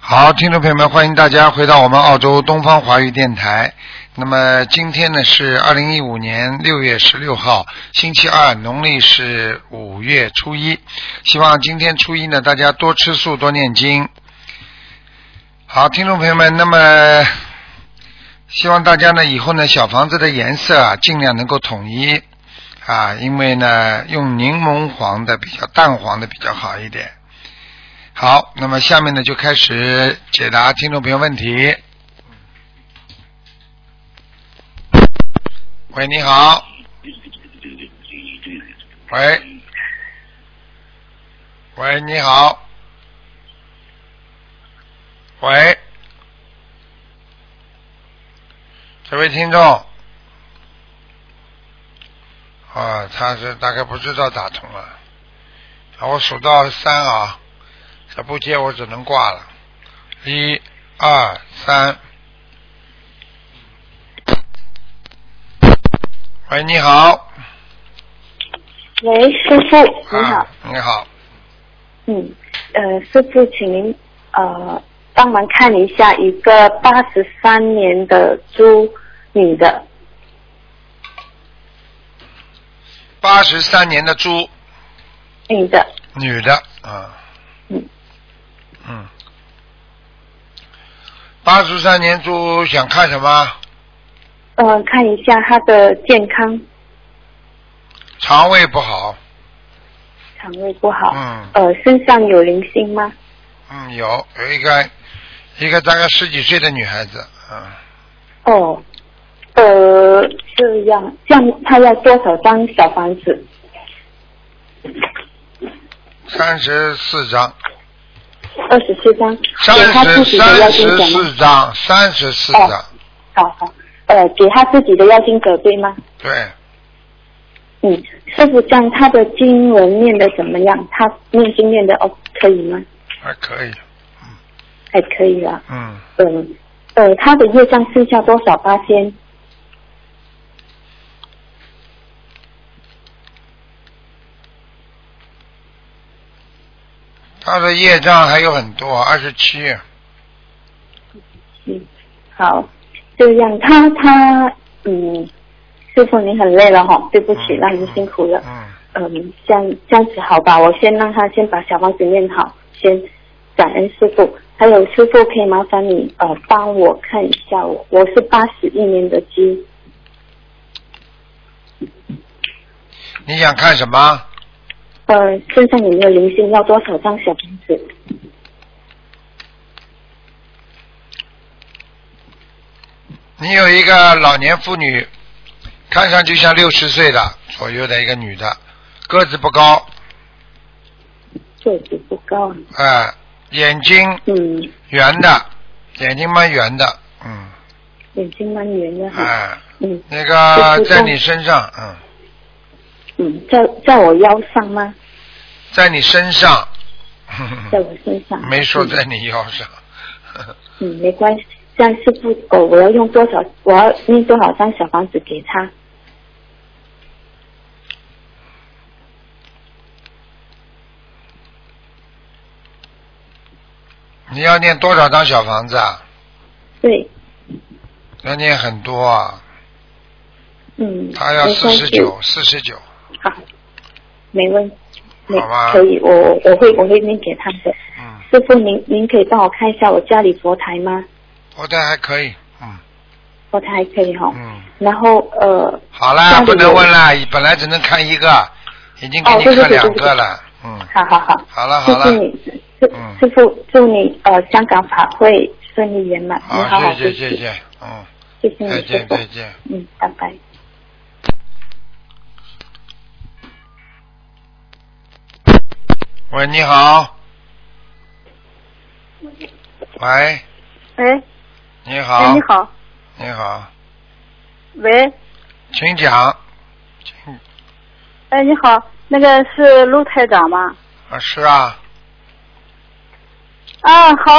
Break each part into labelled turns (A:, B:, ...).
A: 好，听众朋友们，欢迎大家回到我们澳洲东方华语电台。那么今天呢是二零一五年六月十六号，星期二，农历是五月初一。希望今天初一呢，大家多吃素，多念经。好，听众朋友们，那么希望大家呢以后呢小房子的颜色啊尽量能够统一啊，因为呢用柠檬黄的比较淡黄的比较好一点。好，那么下面呢就开始解答听众朋友问题。喂，你好。喂。喂，你好。喂。这位听众。啊，他是大概不知道打通了。啊我数到三啊。他不接我只能挂了。一、二、三。喂，你好。
B: 喂，师傅，你好。
A: 啊。你好，
B: 嗯，呃，师傅，请您呃帮忙看一下一个八十三年的猪女的，
A: 八十三年的猪，
B: 女的，
A: 女的，啊。
B: 嗯。
A: 嗯。八十三年猪想看什么？
B: 呃，看一下她的健康，
A: 肠胃不好。
B: 肠胃不好，
A: 嗯
B: 呃，身上有灵性吗？
A: 嗯，有有一个一个大概十几岁的女孩子，嗯，
B: 哦，呃，这样，这样她要多少张小房子？
A: 三十四张。
B: 二十四张，
A: 三
B: 给她自
A: 十
B: 己的
A: 三
B: 要经
A: 十
B: 者吗？
A: 四张，三十四张
B: 哦，好好，呃，给她自己的要经者对吗？
A: 对，
B: 嗯，师傅，这样他的经文念的怎么样？他念经念的哦，可以吗？
A: 还可以，
B: 还可以啦。
A: 嗯，
B: 嗯，呃，他的业障剩下多少八千？
A: 他的业障还有很多，二十七，
B: 嗯，好，这样他他嗯，师傅你很累了哈，对不起，
A: 嗯
B: 让您辛苦了。
A: 嗯，
B: 嗯，这样这样子好吧，我先让他先把小房子念好，先感恩师傅。还有师傅，可以麻烦你呃帮我看一下我，我是八十一年的鸡。
A: 你想看什么？
B: 呃，身上有没有灵性？要多少张小房子？
A: 你有一个老年妇女，看上去像六十岁的左右的一个女的，个子不高，
B: 个子不高啊。
A: 哎、眼睛
B: 嗯，
A: 圆的，眼睛蛮圆的，嗯，
B: 眼睛蛮圆的
A: 哎、
B: 哈。嗯
A: 那个
B: 就是
A: 在
B: 像
A: 你身上，嗯，
B: 嗯，在在我腰上吗？
A: 嗯在你身上，
B: 在我身上。
A: 没说
B: 嗯
A: 在你腰上，
B: 嗯，没关系。这样是不够，我要用多少？我要念多少张小房子给他？
A: 你要念多少张小房子啊？
B: 对，
A: 要念很多啊，
B: 嗯。
A: 他要
B: 没
A: 四
B: 关系
A: 十九，四十九，
B: 好，没问题。没
A: 好吧
B: 可以，我我我会我会念给他的。
A: 嗯，
B: 师傅，您您可以帮我看一下我家里佛台吗？
A: 佛台还可以，嗯
B: 佛台还可以哈。
A: 嗯，
B: 然后呃，
A: 好啦，
B: 家里
A: 不能
B: 有
A: 问啦，本来只能看一个，已经给
B: 哦
A: 你
B: 对对
A: 看
B: 对
A: 两
B: 对
A: 个了，嗯，
B: 好好好。
A: 好了
B: 谢
A: 好了
B: 谢，你，师
A: 嗯
B: 师傅，祝你呃香港法会顺利圆满，你嗯好
A: 好，
B: 好
A: 谢
B: 休
A: 谢谢
B: 息，
A: 谢，嗯，
B: 谢谢
A: 再
B: 你师
A: 见
B: 傅，
A: 再见。
B: 嗯，拜拜。
A: 喂，你好。喂，
C: 喂，
A: 你
C: 哎，
A: 好，
C: 你，好，
A: 你好，
C: 喂，
A: 请讲。请
C: 哎，你好，那个是陆台长吗？
A: 啊，是啊，
C: 啊，好，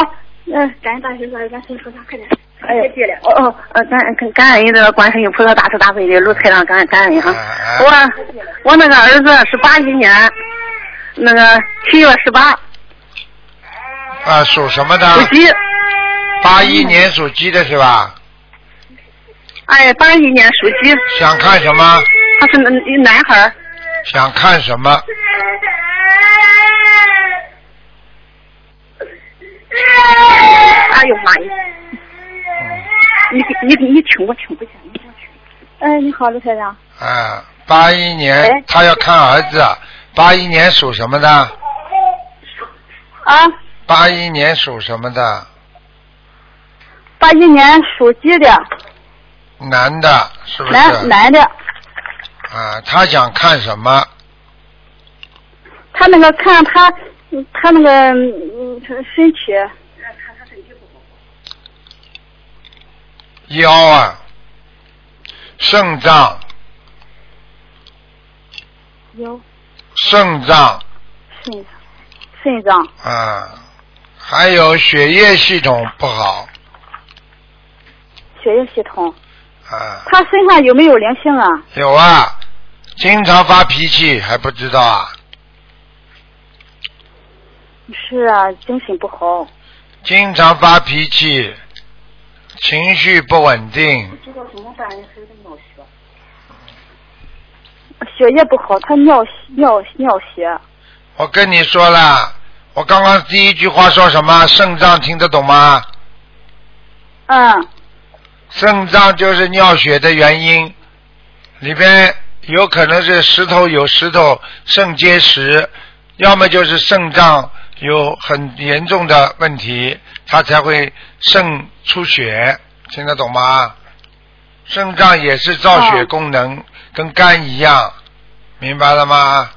C: 嗯、
D: 感恩大师说，咱先说啥，快点。
C: 哎
D: 别急了，
C: 哦哦，呃，感感感恩的观世音菩萨大慈大悲的陆台长，感恩感恩哈。
A: 哎哎
C: 我我那个儿子是八一年，那个七月十八，
A: 啊，属什么的？
C: 属鸡。
A: 八一年属鸡的是吧？
C: 哎，八一年属鸡，
A: 想看什么？
C: 他是男男孩儿。
A: 想看什么？
C: 哎呦妈呀！你你你挺过挺过去，你听我听
D: 哎，你好，卢台长。
A: 啊，八一年
D: 哎
A: 他要看儿子，啊八一年属什么的？
D: 啊，
A: 八一年属什么的？
D: 八一年属鸡的，
A: 男的，是不
D: 男
A: 是？
D: 男的，
A: 啊，他想看什么？
D: 他那个看他他那个嗯身体，
A: 腰啊，肾脏，
D: 有
A: 肾脏
D: 肾肾脏，
A: 啊，还有血液系统不好
D: 血液系统。
A: 啊，
D: 他身上有没有灵性啊？
A: 有啊，经常发脾气，还不知道啊？
D: 是啊，精神不好。
A: 经常发脾气，情绪不稳定，
D: 血液不好，他尿尿尿血，
A: 我跟你说了，我刚刚第一句话说什么？肾脏听得懂吗？
D: 嗯，
A: 肾脏就是尿血的原因，里边有可能是石头有石头肾结石，要么就是肾脏有很严重的问题，它才会肾出血，听得懂吗？肾脏也是造血
D: 哦
A: 功能，跟肝一样，明白了吗？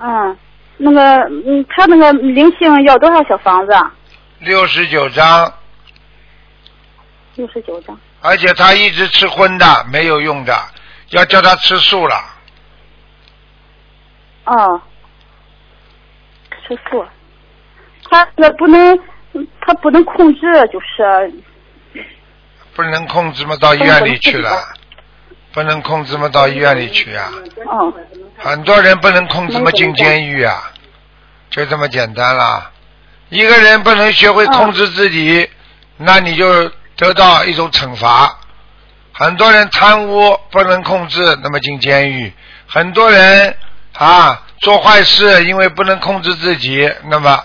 D: 嗯，那个，嗯，他那个灵性要多少小房子啊？
A: 六十九章，
D: 六十九张。
A: 而且他一直吃荤的，没有用的，要叫他吃素了。
D: 哦，吃素。啊他这不能，他不能控制，就是
A: 不能控制嘛，到医院里去了，不能控制嘛，到医院里去啊。
D: 嗯，
A: 很多人不能控制嘛，进监狱啊，就这么简单啦。一个人不能学会控制自己，那你就得到一种惩罚。很多人贪污不能控制，那么进监狱；很多人啊做坏事，因为不能控制自己，那么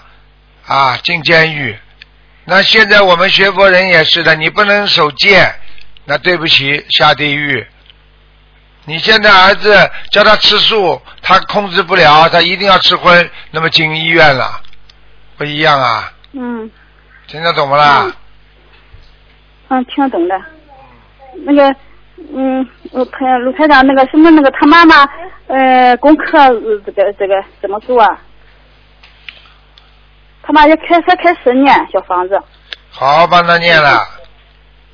A: 啊进监狱。那现在我们学佛人也是的，你不能守戒，那对不起，下地狱。你现在儿子叫他吃素，他控制不了，他一定要吃荤，那么进医院了，不一样啊，
D: 嗯
A: 听得懂不啦？
D: 嗯嗯，听懂了。那个，嗯，我看鲁台长那个什么那个他妈妈，呃，功课呃这个这个怎么做啊？他妈也开才开始念小房子，
A: 好好帮他念了，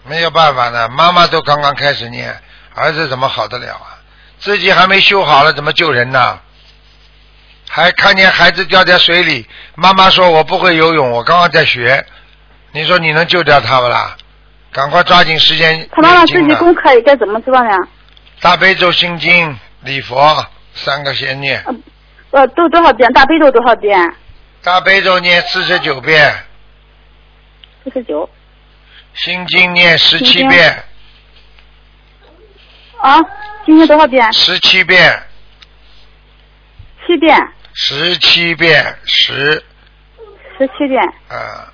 A: 没有办法的，妈妈都刚刚开始念，儿子怎么好得了啊？自己还没修好了，怎么救人呢？还看见孩子掉在水里，妈妈说我不会游泳，我刚刚在学，你说你能救掉他不啦？赶快抓紧时间
D: 他妈妈
A: 念
D: 自
A: 经
D: 己
A: 了
D: 功课该怎么做呢？
A: 大悲咒心经、礼佛三个先念，
D: 呃，都多少遍？大悲咒多少遍？
A: 大悲咒念四十九遍，
D: 四十九。
A: 心经念十
D: 心
A: 七
D: 经
A: 遍，
D: 啊，今天多少遍？
A: 十七遍，
D: 七遍，
A: 十七遍，十
D: 十七遍。
A: 啊、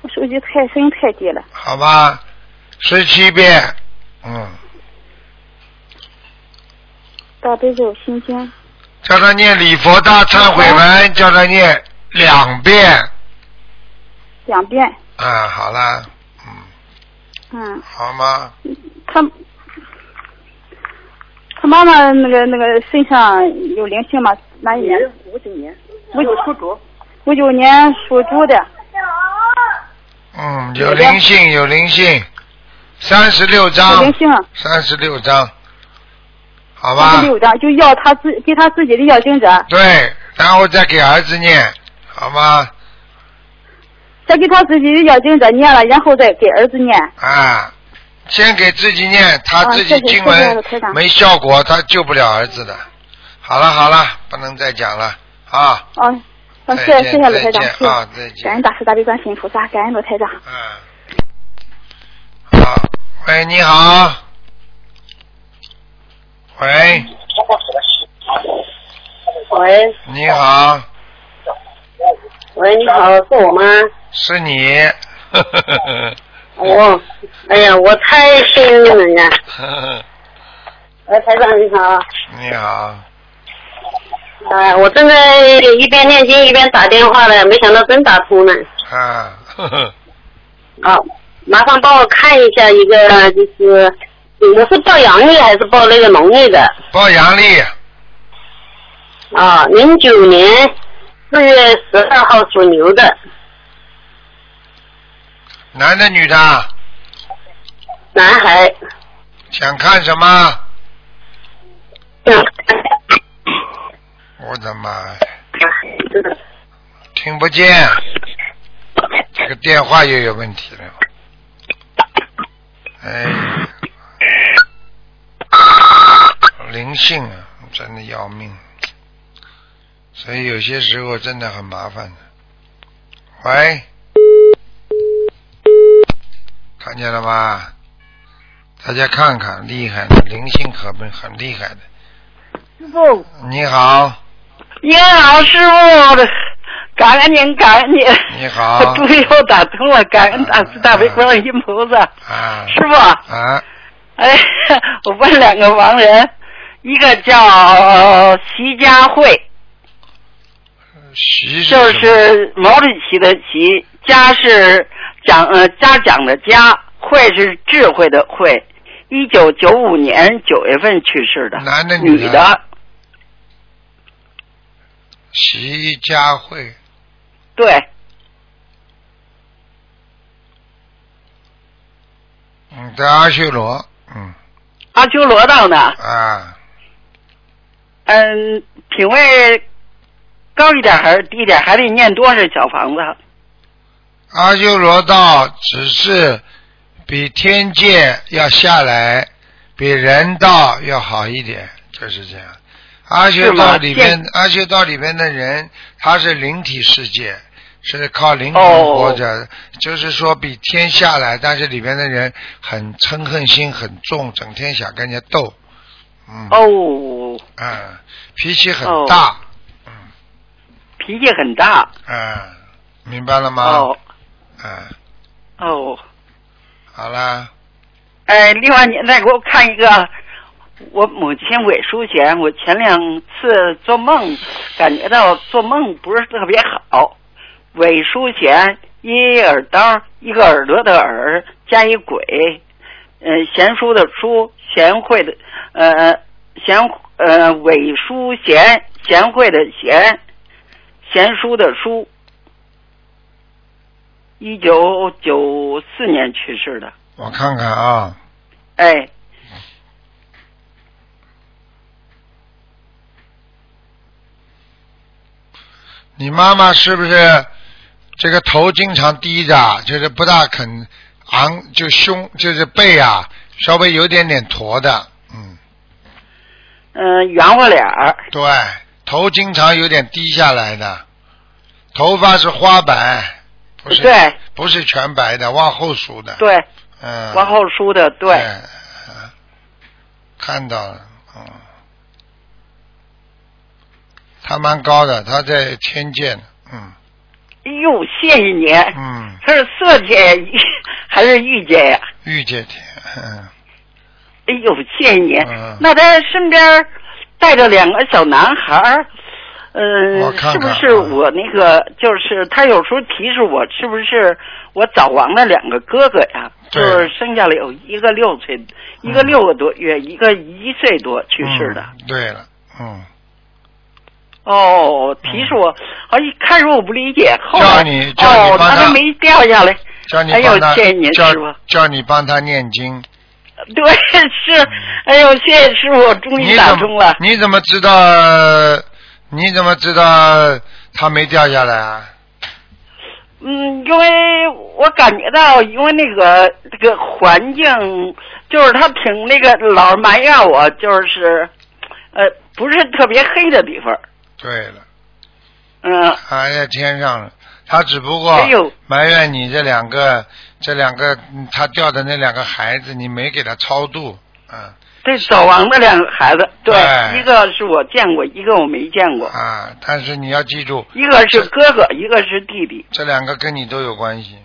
D: 我手机太声音太低了。
A: 好吧，十七遍，嗯，
D: 大悲咒心经，
A: 叫他念礼佛大忏悔文，叫他念两遍，
D: 两遍。
A: 啊、好啦，嗯，
D: 嗯，
A: 好吗？
D: 他他妈妈那个那个身上有灵性吗？哪一年？
C: 五九年，
D: 五九
C: 属猪。
D: 五九年属猪的。
A: 嗯，有灵性，有灵性，三十六
D: 有
A: 章
D: 灵，性，
A: 三十六章，好吧？
D: 三十六张，就要他自给他自己的要经者，
A: 对，然后再给儿子念，好吗？
D: 再给他自己的要经者念了，然后再给儿子念。
A: 啊，先给自己念，他
D: 啊
A: 自己
D: 谢谢
A: 经
D: 谢谢
A: 文
D: 了台长
A: 没效果，他救不了儿子的。好了好了，不能再讲了啊！
D: 哦，啊，嗯，谢
A: 再
D: 谢
A: 见
D: 谢谢卢台长
A: 再见，
D: 谢谢
A: 啊再见
D: 感恩大师大悲观世音菩萨，感恩卢台长。
A: 嗯。好，喂，你好。喂，
E: 喂
A: 你好，
E: 喂，你好，哦是我吗？
A: 是你。呵呵呵
E: 我，哎呀，我太幸运了呀！
A: 呵
E: 哎，台长你好，啊、
A: 你好，
E: 我正在一边念经一边打电话呢，没想到真打通了。
A: 啊， 呵呵
E: 啊，麻烦帮我看一下一个，就是呃我是报阳历还是报那个农历的？
A: 报阳历，
E: 啊，零九年四月十二号属牛的，
A: 男的女的？
E: 男孩。
A: 想看什么？
E: 嗯
A: 我的妈，听不见，这个电话又有问题了。哎，灵性啊，真的要命，所以有些时候真的很麻烦的。喂，看见了吧？大家看看，厉害的灵性可不很厉害的。
F: 师傅，
A: 你好，
F: 您好，师傅，感恩您，感恩您。
A: 你 好
F: 终于又打通了，感恩大慈大悲观世音菩萨。
A: 啊
F: 师傅，
A: 啊，
F: 哎， 我问两个亡人，一个叫呃徐家慧，
A: 徐
F: 就是
A: 什么
F: 是毛主席的席，家是讲呃家长的家，慧是智慧的慧。一九九五年九月份去世的，
A: 男的女
F: 女
A: 的
F: 的，
A: 徐家慧，
F: 对，
A: 嗯，在阿修罗，嗯
F: 阿修罗道呢。
A: 啊，
F: 嗯，品位高一点还是低一点？还得念多少小房子？
A: 阿修罗道只是比天界要下来，比人道要好一点，就是这样。阿修道里边，阿修道里边的人，他是灵体世界，是靠灵魂
F: 哦
A: 活着，就是说比天下来，但是里边的人很嗔恨心很重，整天想跟人家斗，嗯，
F: 哦，
A: 嗯，脾气很大，
F: 脾气很大。
A: 嗯，明白了吗？
F: 哦
A: 嗯，
F: 哦，
A: 好啦，
F: 哎，另外您再给我看一个，我母亲伪淑贤，我前两次做梦感觉到做梦不是特别好。伪淑贤，一耳刀，一个耳朵的耳，加一鬼，呃，贤淑的淑，贤惠的，呃，贤呃伪淑贤，贤惠的贤，贤淑的淑。一九九四年去世的。
A: 我看看啊，
F: 哎，
A: 你妈妈是不是这个头经常低着，就是不大肯昂，就胸就是背啊，稍微有点点驼的，嗯，
F: 嗯、圆乎脸儿，
A: 对，头经常有点低下来的，头发是花白，不是
F: 对
A: 不是全白的，往后梳的，，
F: 对，
A: 嗯，
F: 往后梳的，呃对，
A: 嗯，嗯看到了，嗯，他蛮高的，他在天界呢，嗯
F: 哎呦，谢谢你，
A: 嗯，
F: 他是色戒呀，还是玉戒呀？
A: 御界天，嗯，
F: 哎呦，谢谢你。
A: 嗯
F: 那他身边儿带着两个小男孩儿，嗯、
A: 我看看
F: 是不是
A: 啊
F: 我那个？就是他有时候提示我，是不是我早亡的两个哥哥呀？就
A: 对
F: 是生下来有一个六岁，一个六个多月，一个一岁多去世的。
A: 嗯对了，嗯，
F: 哦，提示我，哎，开始我不理解，后来
A: 叫你叫你
F: 哦，
A: 帮
F: 他
A: 他
F: 都没掉下来，
A: 叫你
F: 哎
A: 帮
F: 呦
A: 他，
F: 谢谢您
A: 叫
F: 师傅
A: 叫你帮他念经，
F: 对，
A: 嗯
F: 是，哎呦，谢谢师傅，终于
A: 你
F: 打
A: 怎
F: 通了
A: 么，你怎么知道？你怎么知道他没掉下来啊？
F: 嗯，因为我感觉到，因为那个这个环境，就是他挺那个老埋怨我，就是，呃，不是特别黑的地方，
A: 对了，
F: 嗯，
A: 还在天上了。他只不过
F: 哎呦
A: 埋怨你这两个，这两个嗯他掉的那两个孩子，你没给他超度，嗯
F: 对，早亡的两个孩子，对，
A: 哎
F: 一个是我见过，一个我没见过，
A: 啊，但是你要记住，
F: 一个是哥哥，一个是弟弟，
A: 这两个跟你都有关系。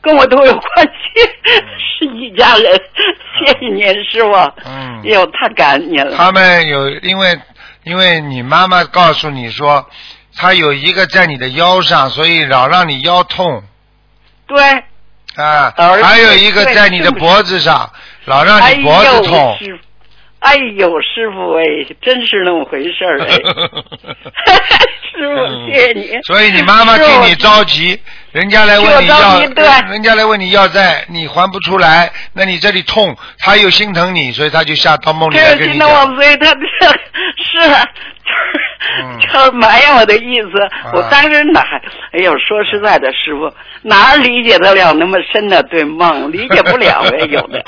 F: 跟我都有关系，是一家人。谢谢您，师傅。
A: 嗯
F: 哎呦，太感恩您了。
A: 他们有，因为因为你妈妈告诉你说，她有一个在你的腰上，所以老让你腰痛
F: 对，
A: 啊，
F: 儿子
A: 还有一个
F: 对
A: 在你的
F: 是不是
A: 脖子上，老让
F: 哎
A: 你脖子
F: 呦，
A: 痛。
F: 师傅，哎呦，师傅哎，真是那么回事 儿哎。师傅，谢谢您。
A: 嗯所以你妈妈
F: 师
A: 替
F: 傅
A: 你着急，人家来问你
F: 替我
A: 要
F: 着急，对
A: 人家来问你要债，你还不出来，那你这里痛，她又心疼你，所以她就下到梦里来
F: 这
A: 跟
F: 是
A: 你
F: 那我
A: 讲。
F: 所以他这 是啊
A: 嗯
F: 这这埋怨我的意思
A: 啊，
F: 我当时哪还哎呦，说实在的，师傅哪儿理解得了那么深的对梦， 理解不了也有 的。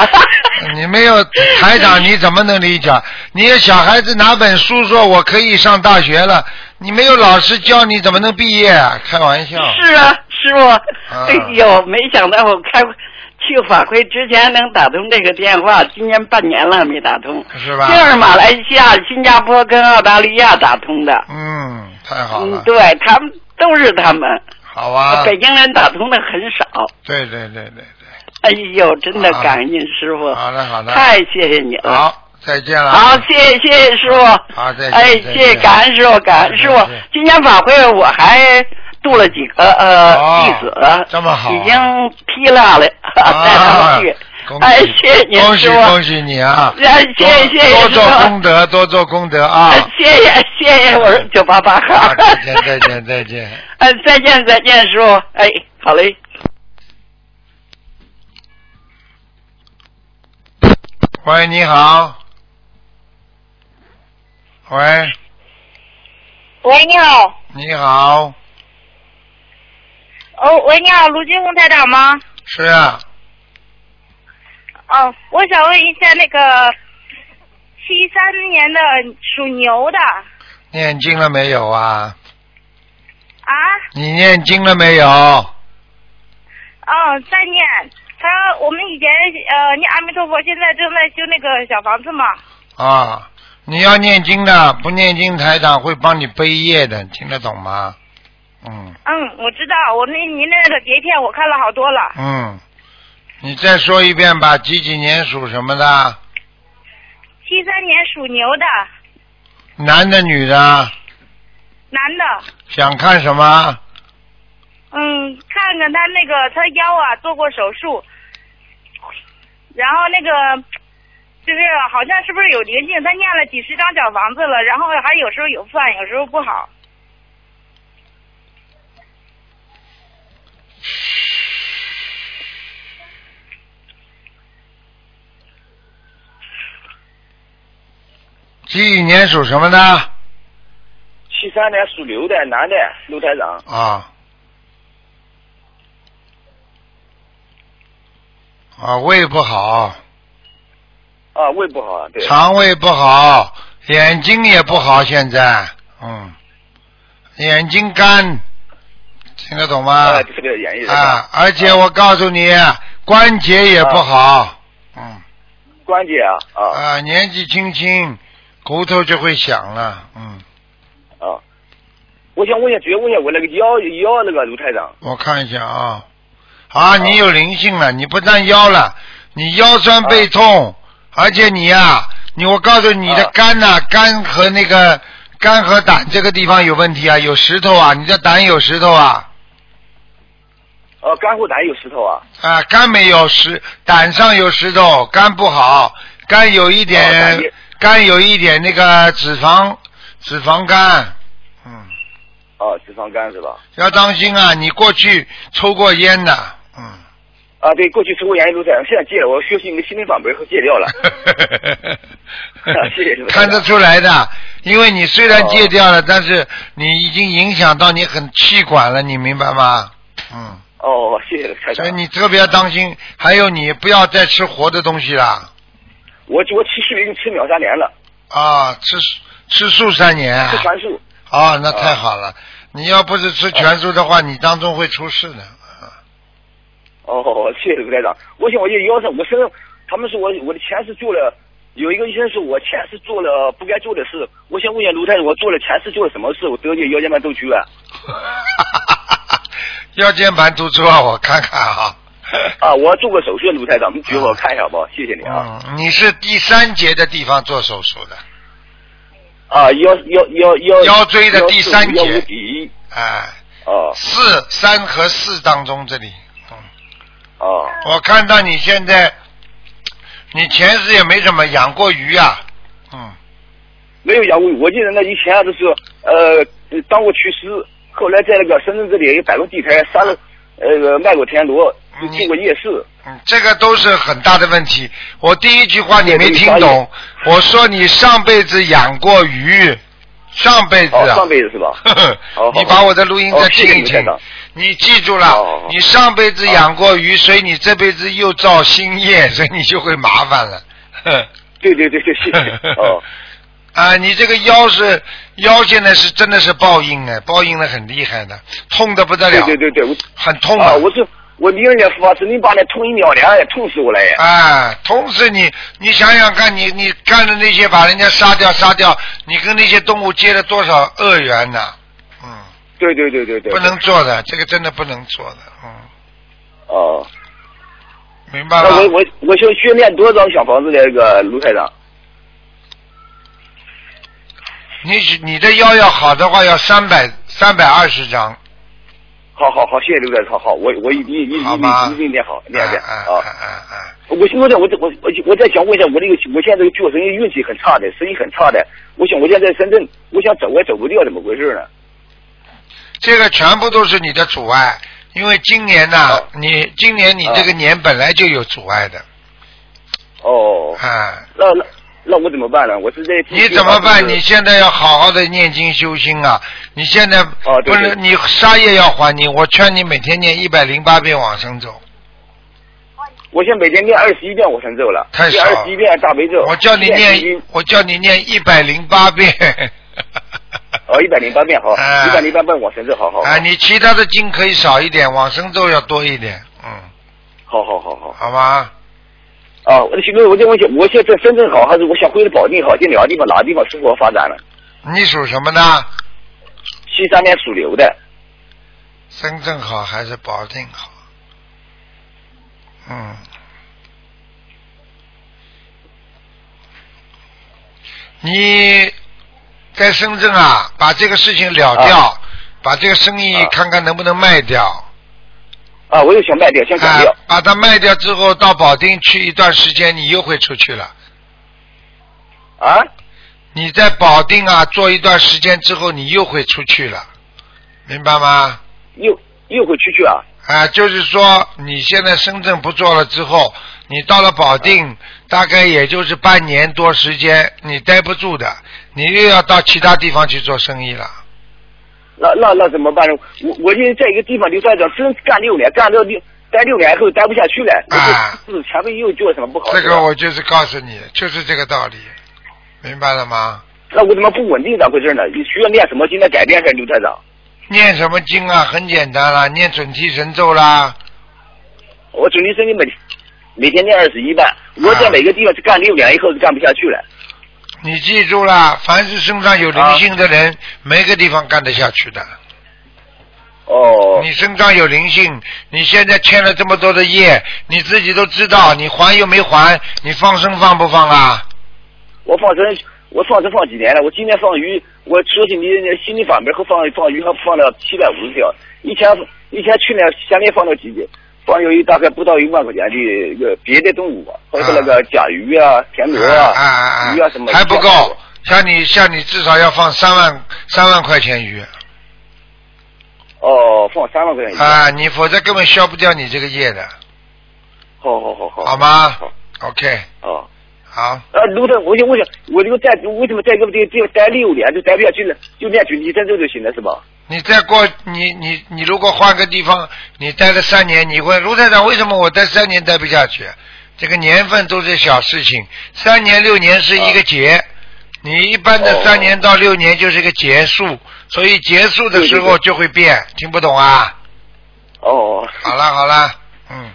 A: 你没有台长，你怎么能理解？你小孩子拿本书说我可以上大学了，你没有老师教你怎么能毕业啊？开玩笑。啊
F: 是啊，师傅，哎呦，没想到我开去法会之前能打通这个电话，今年半年了没打通，
A: 是吧？
F: 就是马来西亚、新加坡跟澳大利亚打通的，
A: 嗯，太好
F: 嗯
A: 了，，
F: 对他们都是他们，
A: 好啊，
F: 北京人打通的很少。
A: 对对对对对，
F: 哎呦，真的感恩师傅，
A: 好的啊好的，
F: 太谢谢你了。
A: 好，再见了。
F: 好，谢谢谢谢师傅。
A: 好再见
F: 哎，
A: 再见嗯
F: 谢谢感恩师傅，感恩师傅
A: 再见。
F: 今年法会我还度了几个
A: 哦
F: 呃弟子，
A: 这么好
F: 已经批了了，
A: 啊
F: 带他们去。
A: 恭喜
F: 哎，谢谢您
A: 恭喜
F: 师傅。
A: 恭喜你啊！
F: 哎谢谢谢
A: 多多
F: 谢师
A: 做
F: 傅
A: 功德，多做功德啊！嗯
F: 哎谢谢谢谢，我是九八八
A: 好
F: 号。
A: 啊 再见再见再见。
F: 哎，再见再见，师傅。哎，好嘞。
A: 喂，你好。喂，
G: 喂，你好。
A: 你好，
G: 哦，喂，你好，卢金红台长吗？
A: 是啊，
G: 哦，我想问一下那个七三年的属牛的
A: 念经了没有啊？
G: 啊，
A: 你念经了没有？
G: 哦，在念他，我们以前呃念阿弥陀佛，现在正在修那个小房子嘛。
A: 啊，你要念经的，不念经台长会帮你背业的，听得懂吗？嗯
G: 嗯，我知道，我那您那个碟片我看了好多了，
A: 嗯，你再说一遍吧，几几年属什么的？
G: 七三年属牛的
A: 男的女的？
G: 男的，
A: 想看什么？
G: 嗯，看看他那个他腰啊做过手术，然后那个就是好像是不是有灵性？他念了几十张小房子了，然后还有时候有饭，有时候不好。
A: 几几年属什么的？
H: 七三年属牛的男的，陆台长，
A: 啊啊，胃不好，
H: 啊，胃不好，对，
A: 肠胃不好，眼睛也不好，现在嗯，眼睛干，听得懂吗？
H: 啊，这个演绎人
A: 啊，而且我告诉你，关节也不好，嗯
H: 啊关节啊，啊
A: 啊，年纪轻轻，骨头就会响了，嗯，
H: 啊，我想问一下，主要问一下我那个腰腰那个卢台长，
A: 我看一下啊，啊，你有灵性了，你不但腰了，你腰酸背痛，而且你呀、你我告诉你的
H: 啊
A: 肝呐、肝和那个肝和胆这个地方有问题啊，有石头啊，你的胆有石头啊，
H: 哦、肝后胆有石头啊，
A: 啊，肝没有石，胆上有石头，肝不好，肝有一
H: 哦
A: 点
H: 胆也，
A: 肝有一点那个脂肪，脂肪肝，嗯，
H: 哦、脂肪肝是吧？
A: 要当心啊，你过去抽过烟 的，嗯。，
H: 啊，对，过去抽过烟，卢台长，现在戒了，我休息一个心灵法门后戒掉了 啊谢谢卢台长
A: 看得出来
H: 嗯
A: 的，因为你虽
H: 哦
A: 然戒掉了，但是你已经影响到你很气管了，你明白吗？嗯，
H: 哦，谢谢卢台
A: 所以
H: 长，
A: 你特别要当心。还有，你不要再吃活的东西啦，
H: 我我吃素已经吃两三年了，
A: 啊，吃吃素三年啊啊
H: 吃全素，啊
A: 哦，那太好了。你要不是吃全素的话，你当中会出事的。
H: 哦，谢谢卢台长。我想我这腰上，我身上，他们说我我的前世做了，有一个医生说我前世做了不该做的事。我想问一下卢台长，我做了前世做了什么事，我得这腰间盘突出啊？
A: 腰间盘突出啊，我看看啊。
H: 啊，我做过手术，卢台长，你给我看一下吧，谢谢你啊。
A: 嗯，你是第三节的地方做手术的，
H: 啊，腰腰腰腰
A: 腰椎的第三节
H: 腰五底
A: 哎，
H: 哦
A: 四三和四当中这里，嗯
H: 哦
A: 我看到你现在，你前世也没怎么养过鱼啊，嗯，
H: 没有养过鱼。我记得那以前啊就是呃当过厨师，后来在那个深圳这里摆过地摊，杀了呃卖过田螺，就进过夜市。
A: 嗯这个都是很大的问题。我第一句话你没听懂，我说你上辈子养过鱼，上辈子
H: 哦，
A: 啊
H: 上，辈子 是吧？哦
A: 你把我的录音再听一
H: 哦谢谢
A: 听
H: 你台长，哦
A: 你记住了，你上辈子养过鱼，所以你这辈子又造新业，所以你就会麻烦了。
H: 对对对对，谢谢。哦，
A: 啊，你这个腰是腰现在是真的是报应哎，报应的很厉害的，痛的不得了，
H: 对对对对，我
A: 很痛
H: 啊，我是我零二年复发，是零八年痛一秒凉哎，痛死我了哎。
A: 哎，同时你你想想看你，你干的那些把人家杀掉杀掉，你跟那些动物结了多少恶缘呐？
H: 对对对对对。
A: 不能做的，这个真的不能做的，嗯，
H: 哦。
A: 明白
H: 那
A: 吗？
H: 我我我需要训练多少小房子的那个卢台长？
A: 你你的腰要好的话，要三百三百二十张，
H: 好好好，谢谢刘台长，好，我我一定一定一
A: 好吧
H: 定一定练好练练
A: 啊
H: 啊！我现在我我我我再想问一下，我这个我现在这个做生意运气很差的，生意很差的，我想我现在在深圳，我想走也走不掉，怎么回事呢？
A: 这个全部都是你的阻碍，因为今年呐、你今年你这个年本来就有阻碍的，
H: 哦，
A: 啊，
H: 那那那我怎么办呢？我是在
A: 你怎么办？你
H: 哦就是
A: 现在要好好的念经修心啊！你现在不
H: 哦对
A: 是、
H: 对
A: 你杀业要还你，我劝你每天念一百零八遍往生咒。
H: 我现在每天念二十一遍，我才走了，
A: 太少了
H: 二十一遍大悲咒，
A: 我叫你念，我叫你念一百零八 遍。
H: 哦，一百零八遍好，
A: 哎
H: 一百零八遍往生咒，好好，
A: 啊，你其他的经可以少一点，往生咒要多一点，嗯，
H: 好好好好。
A: 好吗？
H: 啊，我的徐哥，我就问一下，我现在在深圳好，还是我想回到保定好？这两个地方哪个地方生活发展呢？
A: 你属什么呢？
H: 七三年属牛的，
A: 深圳好还是保定好？嗯，你在深圳啊，把这个事情了掉，
H: 啊
A: 把这个生意看看能不能卖掉。
H: 啊，我又想卖掉，想改
A: 啊
H: 掉。，
A: 把它卖掉之后，到保定去一段时间，你又会出去了。
H: 啊？
A: 你在保定啊做一段时间之后，你又会出去了，明白吗？
H: 又又会出去啊？
A: 啊，就是说你现在深圳不做了之后，你到了保
H: 啊
A: 定，大概也就是半年多时间，你待不住的，你又要到其他地方去做生意了。
H: 哦那那那怎么办呢？我我因为在一个地方留站长，真干六年，干到六待六年后待不下去了，
A: 啊
H: 就是前面又做什么不好？
A: 这
H: 是啊
A: 个
H: 吧
A: 我就是告诉你，就是这个道理，明白了吗？
H: 那我怎么不稳定咋回事呢？你需要练什么？今天改变一下刘站长。
A: 念什么经啊？很简单啦，念准提神咒啦。
H: 我准提身体每每天练二十一遍，我在每个地方是干六年以后是干不下去了。
A: 你记住啦，凡是身上有灵性的人，没个地方干得下去的。
H: 哦，
A: 你身上有灵性，你现在欠了这么多的业，你自己都知道，你还又没还，你放生放不放啊啦？
H: 我放生，我放生放几年了？我今年放鱼，我说起你心理法门后放放鱼，还放了七百五十条。以前以前去年前年放了几只，放有一大概不到一万块钱的一个别的动物吧，包括那个甲鱼啊、田螺
A: 啊啊啊！
H: 鱼啊什么
A: 还不够，像你像你至少要放三万三万块钱鱼
H: 哦，放三万块钱。
A: 啊，你否则根本消不掉你这个业的，
H: 好好好好。
A: 好吗？OK，
H: 哦。
A: 好，
H: 啊，卢总，我就问一下，我这个在为什么在这个地地方待六年就待不下去了？就练举提神咒就行了是吧？
A: 你再过你你你如果换个地方，你待了三年，你会卢台长为什么我待三年待不下去？这个年份都是小事情，三年六年是一个节，你一般的三年到六年就是一个结束，所以结束的时候就会变，听不懂啊？
H: 哦，
A: 好了好了，嗯，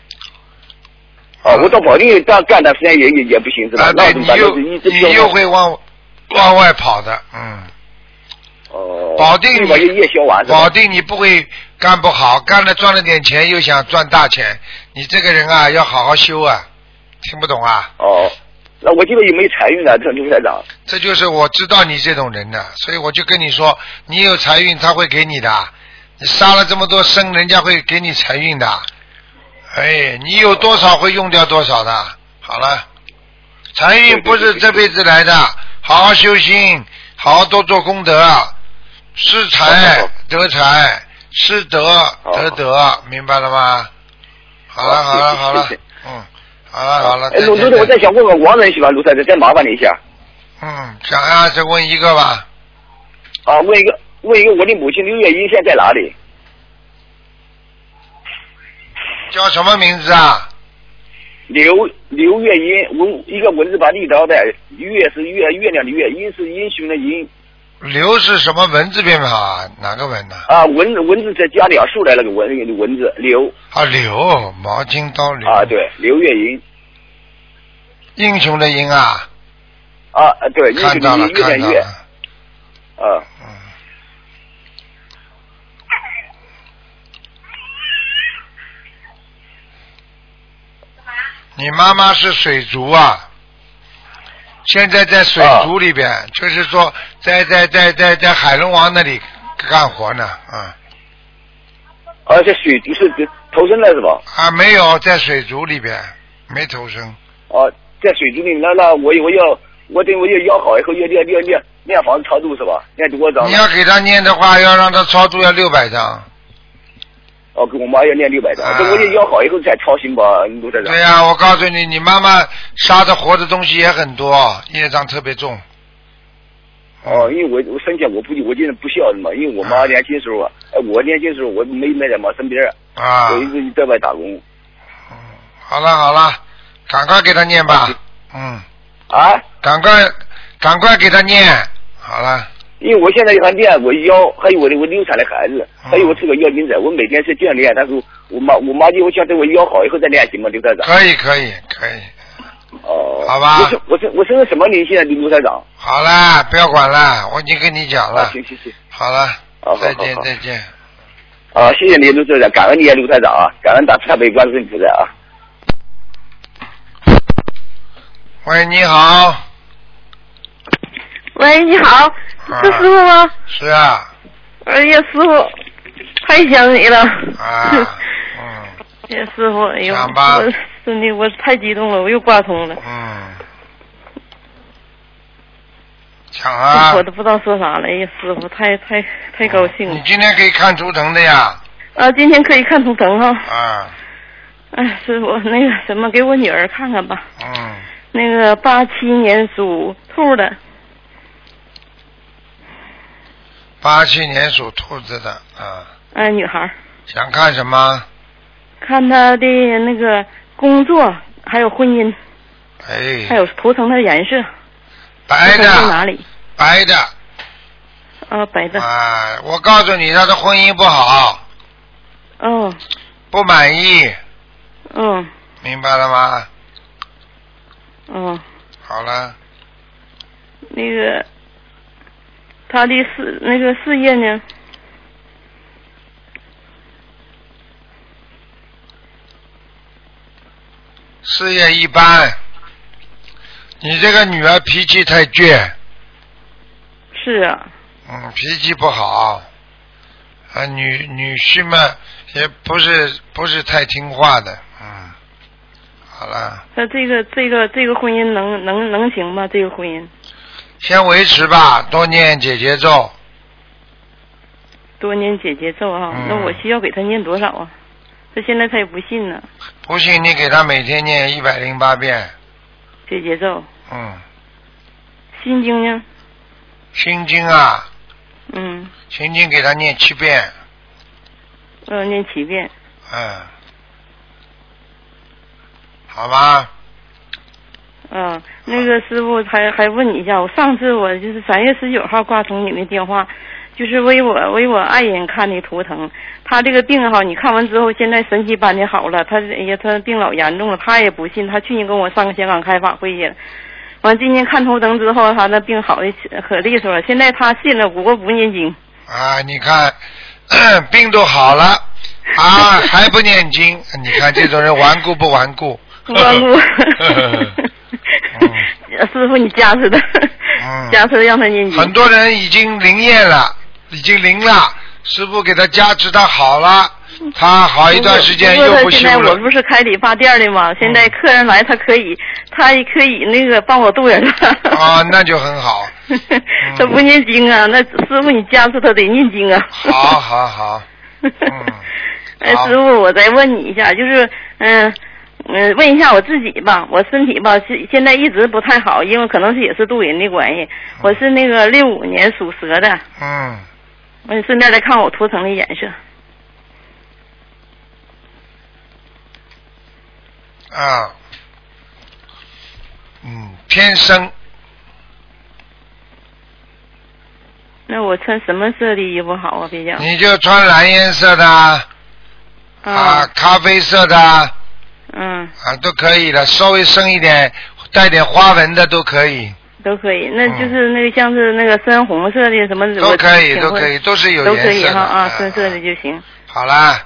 H: 啊，我到保定干干段时间也也也不行是吧？
A: 啊，
H: 那
A: 对
H: 怎
A: 你
H: 么办？
A: 又
H: 就是一直
A: 你又会往往外跑的，嗯，
H: 哦，
A: 保定
H: 就把这夜宵完是吧
A: 保？定你不会干不好，干了赚了点钱又想赚大钱，你这个人啊要好好修啊，听不懂啊？
H: 哦，那我这个有没有财运呢？啊这刘台长？
A: 这就是我知道你这种人的，所以我就跟你说，你有财运他会给你的，你杀了这么多生，人家会给你财运的，哎，你有多少会用掉多少的，好了，财运不是这辈子来的，好好修心，好好多做功德，施财
H: 好好好
A: 得财，施德得德，明白了吗？好了好
H: 好
A: 了
H: 谢谢
A: 好了
H: 谢谢，
A: 嗯，好了好了，
H: 哎，
A: 再
H: 卢卢总，我再
A: 见。
H: 想问问王仁喜吧，卢台长，再麻烦你一下
A: 嗯，想啊，再问一个吧。
H: 啊，问一个问一个，我的母亲刘月英现在在哪里？
A: 叫什么名字啊？
H: 刘刘月英文一个文字旁立刀的，月是月月亮的月，英是英雄的英
A: 刘是什么文字边旁啊？哪个文呢、
H: 啊，文文字在加两竖来那个文文字刘
A: 啊？刘，毛巾刀刘。
H: 啊，。对，刘月英
A: 英雄的英啊，
H: 啊，啊对，英
A: 看
H: 雄
A: 到
H: 的
A: 了
H: 英，月
A: 看到
H: 亮月
A: 了。
H: 啊，
A: 嗯。你妈妈是水族啊，现在在水族里边，
H: 啊
A: 就是说在在在在在海龙王那里干活呢，啊、
H: 而且水是投身了是吧？
A: 啊没有在水族里边没投生，
H: 啊，在水族里，那那我我要我得我要养好以后要练练练练房子超度是吧？练多少
A: 你
H: 张？
A: 要给他念的话，要让他超度要六百张。
H: 哦，给我妈要练六百张
A: 啊，
H: 这我也养好以后再操心吧，卢台长
A: 对。呀、我告诉你，你妈妈杀的活的东西也很多，业障特别重。
H: 哦，因为我我生前我不我就是不孝顺嘛，因为我
A: 啊
H: 妈年轻时候啊，哎，我年轻时候我没没在妈身边，
A: 啊
H: 我，一直在外打工
A: 好了好了，赶快给他念吧，嗯，
H: 啊。
A: 赶快赶快给他念，好了，
H: 因为我现在还练我腰，还有我的我流产的孩子，
A: 哦
H: 还有我这个腰筋子，我每天是这样练。但是我妈我妈就我想等我腰好以后再练行吗，刘台长？
A: 可以可以可以，
H: 哦，
A: 好吧
H: 我是我是我是个什么灵性啊，刘台长？
A: 好啦，不要管啦，我已经跟你讲
H: 啊，
A: 了，
H: 行行行，
A: 好了
H: 好好，
A: 再见
H: 好好
A: 再见。
H: 啊，谢谢你刘台长，感恩你啊，刘台长啊，感恩大慈大悲观世音菩萨啊。
A: 喂，你好，
I: 喂，你好，
A: 啊
I: 是师傅吗？
A: 是啊
I: 哎呀，师傅，太想你了。
A: 啊，嗯
I: 哎呀，师傅，哎呦，
A: 讲吧
I: 我真的我太激动了，我又挂通了，
A: 嗯，讲啊嗯
I: 我，都不知道说啥了。哎呀，师傅，太太太高兴
A: 你
I: 了
A: 今天可以看图腾的呀，
I: 啊！今天可以看图腾哈。
A: 啊，
I: 哎，师傅，那个什么，给我女儿看看吧。
A: 嗯。
I: 那个八七年属兔的，
A: 八七年属兔子的啊，
I: 哎，女孩儿，
A: 想看什么？
I: 看她的那个工作，还有婚姻，
A: 哎，
I: 还有图腾的颜色，
A: 白
I: 图腾在哪
A: 的，
I: 里？
A: 白的
I: 啊，白的。
A: 啊！我告诉你，他的婚姻不好，
I: 哦，
A: 不满意，
I: 嗯，
A: 明白了吗？
I: 哦，
A: 好了，
I: 那个她的事，那个事业呢？
A: 事业一般。你这个女儿脾气太倔，
I: 是啊，
A: 嗯，脾气不好，啊，女女婿们也不是不是太听话的，嗯，好了，
I: 她这个这个这个婚姻能能能行吗？这个婚姻
A: 先维持吧，多念姐姐咒，
I: 多念姐姐咒啊，
A: 嗯
I: 那我需要给她念多少啊？她现在她也不信呢，
A: 不信你给他每天念一百零八遍，
I: 姐姐咒，
A: 嗯，
I: 心经呢？
A: 心经啊，
I: 嗯，
A: 心经给他念七遍，
I: 我要念七遍。
A: 嗯，好吧，
I: 嗯，那个师傅还还问你一下，我上次我就是三月十九号挂通你那电话，就是为我为我爱人看的图腾，他这个病哈，你看完之后，现在神奇般的好了，他哎呀他病老严重了，他也不信，他去年跟我上个香港开法会去了。完，今年看头灯之后，他那病好的可利索了。现在他信了，不过不念经。
A: 啊，你看，病都好了，啊，还不念经，你看这种人顽固不顽固？
I: 顽 固。呃师傅，你加持的， 加持的让他念经。
A: 嗯很多人已经灵验了，已经灵了，师傅给他加持，他好了，他好一段时间又
I: 不
A: 修
I: 现在我
A: 了。嗯
I: 不是开理发店的嘛，现在客人来，他可以，他也可以那个帮我渡人了。
A: 啊，那就很好，
I: 他不念经啊，那师傅你加持他得念经啊。
A: 好好好，
I: 哎，师傅，我再问你一下，就是嗯嗯、问一下我自己吧，我身体吧是现在一直不太好，因为可能是也是渡人的关系，我是那个六五年属蛇的，
A: 嗯。
I: 我顺便来看我图腾的颜色。
A: 啊，嗯，天生
I: 那我穿什么色的衣服好啊？比较
A: 你就穿蓝颜色的啊，啊咖啡色的啊，
I: 嗯
A: 啊都可以的，稍微深一点，带点花纹的都可以，
I: 都可以，那就是那个像是那个深红色的什么我
A: 嗯都可以
I: 挺
A: 都
I: 会
A: 可以都是有
I: 都
A: 颜
I: 可以
A: 色
I: 哈
A: 的
I: 啊，深色的就行。
A: 好啦，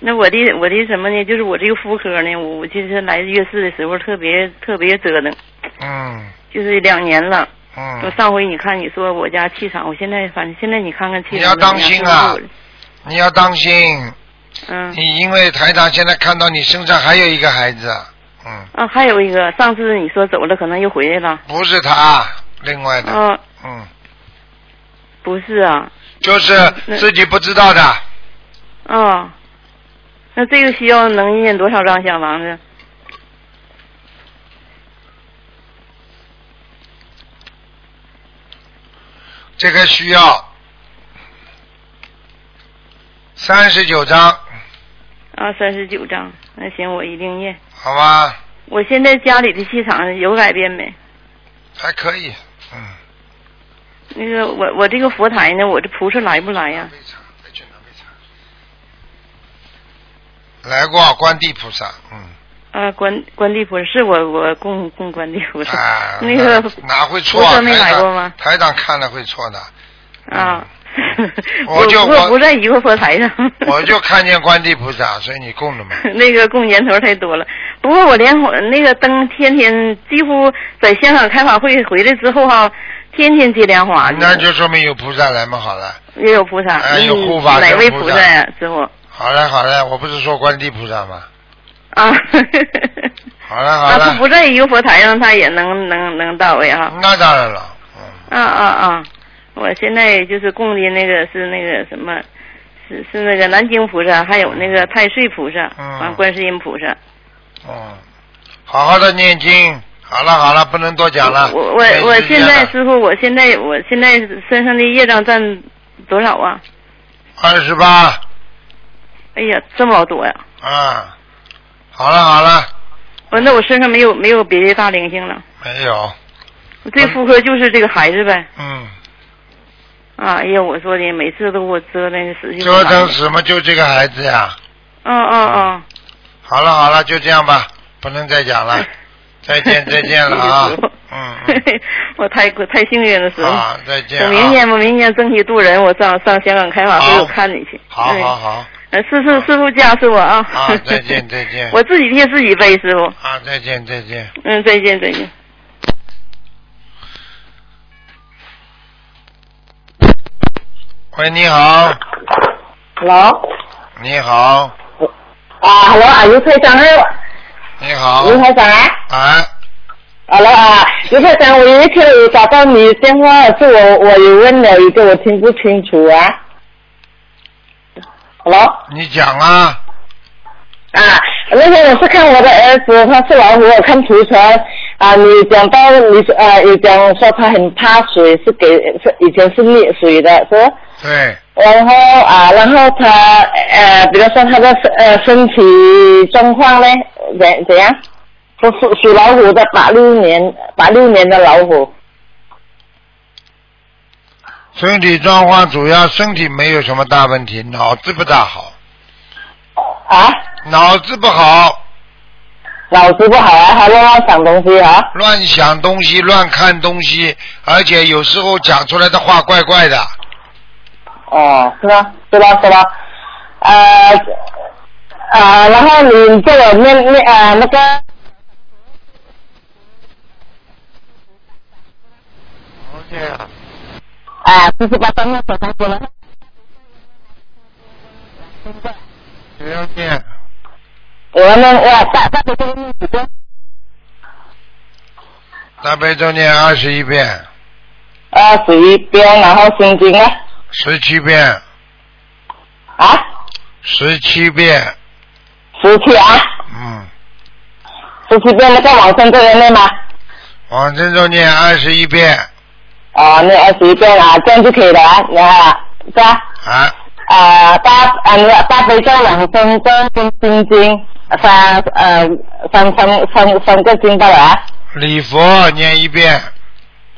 I: 那我的我的什么呢？就是我这个妇科呢，我我就是来月事的时候特别特别折腾，
A: 嗯
I: 就是两年了。我
A: 嗯，
I: 上回你看你说我家气场，我现在反正现在你看看气场
A: 你要
I: 怎么
A: 当
I: 样
A: 心啊
I: 是不是，
A: 你要当心，
I: 嗯
A: 你因为台长现在看到你身上还有一个孩子，嗯，
I: 啊，还有一个，上次你说走了，可能又回来了。
A: 不是他，另外的，
I: 啊，
A: 嗯，
I: 不是啊，
A: 就是
I: 那
A: 自己不知道的，
I: 啊，那这个需要能念多少张小房子？
A: 这个需要三十九张，
I: 啊，三十九张，那行，我一定念。
A: 好吧？
I: 我现在家里的气场有改变没？
A: 还可以，嗯，
I: 那个我我这个佛台呢，我这菩萨来不来
A: 啊
I: 呀、
A: 来过观地菩萨，嗯，
I: 啊，观观地菩萨是我我供供观地菩萨，
A: 啊，
I: 那个
A: 哪会错、啊？
I: 菩萨没来
A: 台长
I: 过吗？
A: 台长看了会错的，
I: 啊，
A: 我就
I: 不
A: 我
I: 不在一个佛台上，
A: 我就看见观地菩萨，所以你供了嘛，
I: 那个供年头太多了。不过我连我那个灯天天几乎在香港开法会回来之后哈、天天接莲花，
A: 那就说明有菩萨来嘛，好了，
I: 也有菩萨，
A: 哎
I: 嗯
A: 有护法
I: 哪
A: 神
I: 位
A: 菩
I: 菩
A: 萨
I: 萨呀，师傅？
A: 好了好了，我不是说观地菩萨吗？
I: 啊，
A: 好了好
I: 啊，他
A: 了，
I: 不在一个佛台上，他也能能能到位哈。
A: 那当然了，
I: 啊啊啊！我现在就是供的那个是那个什么，是是那个南京菩萨，还有那个太岁菩萨，
A: 嗯
I: 完、观世音菩萨。
A: 嗯，好好的念经，好了好了，不能多讲了，
I: 我我
A: 没
I: 我
A: 时
I: 现
A: 间
I: 在
A: 了
I: 师傅，我现在我现在身上的业障占多少啊？
A: 二十八。
I: 哎呀，这么老多呀、
A: 啊，好了好了，
I: 我那我身上没有没有别的大灵性了，
A: 没有，
I: 我这妇科就是这个孩子呗。
A: 嗯，
I: 啊，哎呀，我说的每次都给我折腾的死去活
A: 折
I: 来
A: 腾。什么就这个孩子呀。
I: 嗯嗯嗯，
A: 好了好了，就这样吧，不能再讲了，再见再见了 啊
I: 谢谢师，
A: 嗯
I: 嘿嘿 我太太幸运了，师傅。
A: 啊再见
I: 我明
A: 啊，
I: 年吧，明年争取渡人，我上上香港开法
A: 好
I: 会，我看你去。
A: 好
I: 嗯
A: 好好，
I: 呃，师傅师傅加持我啊！
A: 啊再见再见
I: 我自己替自己背，师傅。
A: 啊再见再见。
I: 嗯，再见再见。
A: 喂，你好，
J: Hello，
A: 你好，
J: 啊，Hello，啊，刘台长
A: 你好，
J: 刘台长
A: 啊，
J: ，Hello 啊，刘台长，我有一次找到你电话，是我我有问了一个，我听不清楚啊。Hello，
A: 你讲啊，
J: 啊，那天我是看我的儿子，他是老虎，我看图层啊，你讲到你啊，你讲说他很怕水，是给是以前是溺水的，是吧。
A: 对，
J: 然后啊，然后他呃，比如说他的身呃身体状况呢，怎怎样？
K: 说属属老虎的，八六年八六年的老虎。
A: 身体状况主要身体没有什么大问题，脑子不大好。
K: 啊？
A: 脑子不好。
K: 脑子不好啊，还乱乱想东西啊。
A: 乱想东西，乱看东西，而且有时候讲出来的话怪怪的。
K: 哦，是吧？是吧？是吧？呃呃，然后你叫我念念呃那个
A: 对啊，
K: 啊，四十八张那手上过了，
A: 只要念
K: 我们哇大大的这个念几遍？
A: 大悲咒念二十一遍，
K: 二呃十一遍，然后心经呢？
A: 十七遍，
K: 啊，
A: 十七遍，
K: 十七啊，
A: 嗯，
K: 十七遍那个往生咒要念吗？
A: 往生咒念二十一遍
K: 哦，念二十一遍啊，这样就可以了啊，然后啊是吧？
A: 啊，
K: 呃，大呃那个大悲咒、往生咒跟心经三呃三三三三个经到了啊。
A: 礼佛念一遍，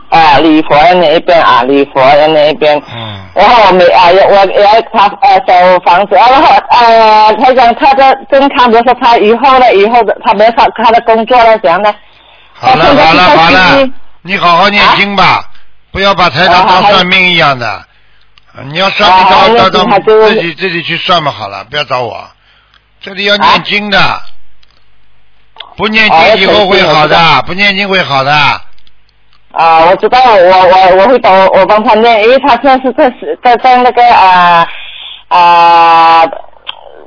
K: 啊，礼佛要念一遍啊，礼佛要念一遍。
A: 嗯。
K: 然后我每啊，我我要他呃小房子，啊然后呃，他讲他的健康，比如说他以后的以后的，他没有他他的工作了怎样的？
A: 好了
K: 他现在
A: 好了
K: 是在
A: 好
K: 心
A: 了
K: 里，
A: 你好好念经
K: 啊
A: 吧，不要把台长当算命一样的。你要算
K: 啊好
A: 命
K: 那
A: 到到到
K: 他就
A: 自己自己去算吧，好了，不要找我。这里要念经的，不念
K: 啊要
A: 经以后会好
K: 念经我知
A: 的，不念经会好的。
K: 啊，我知道，我我我会帮我帮他念，因为他现在是在在在那个啊啊、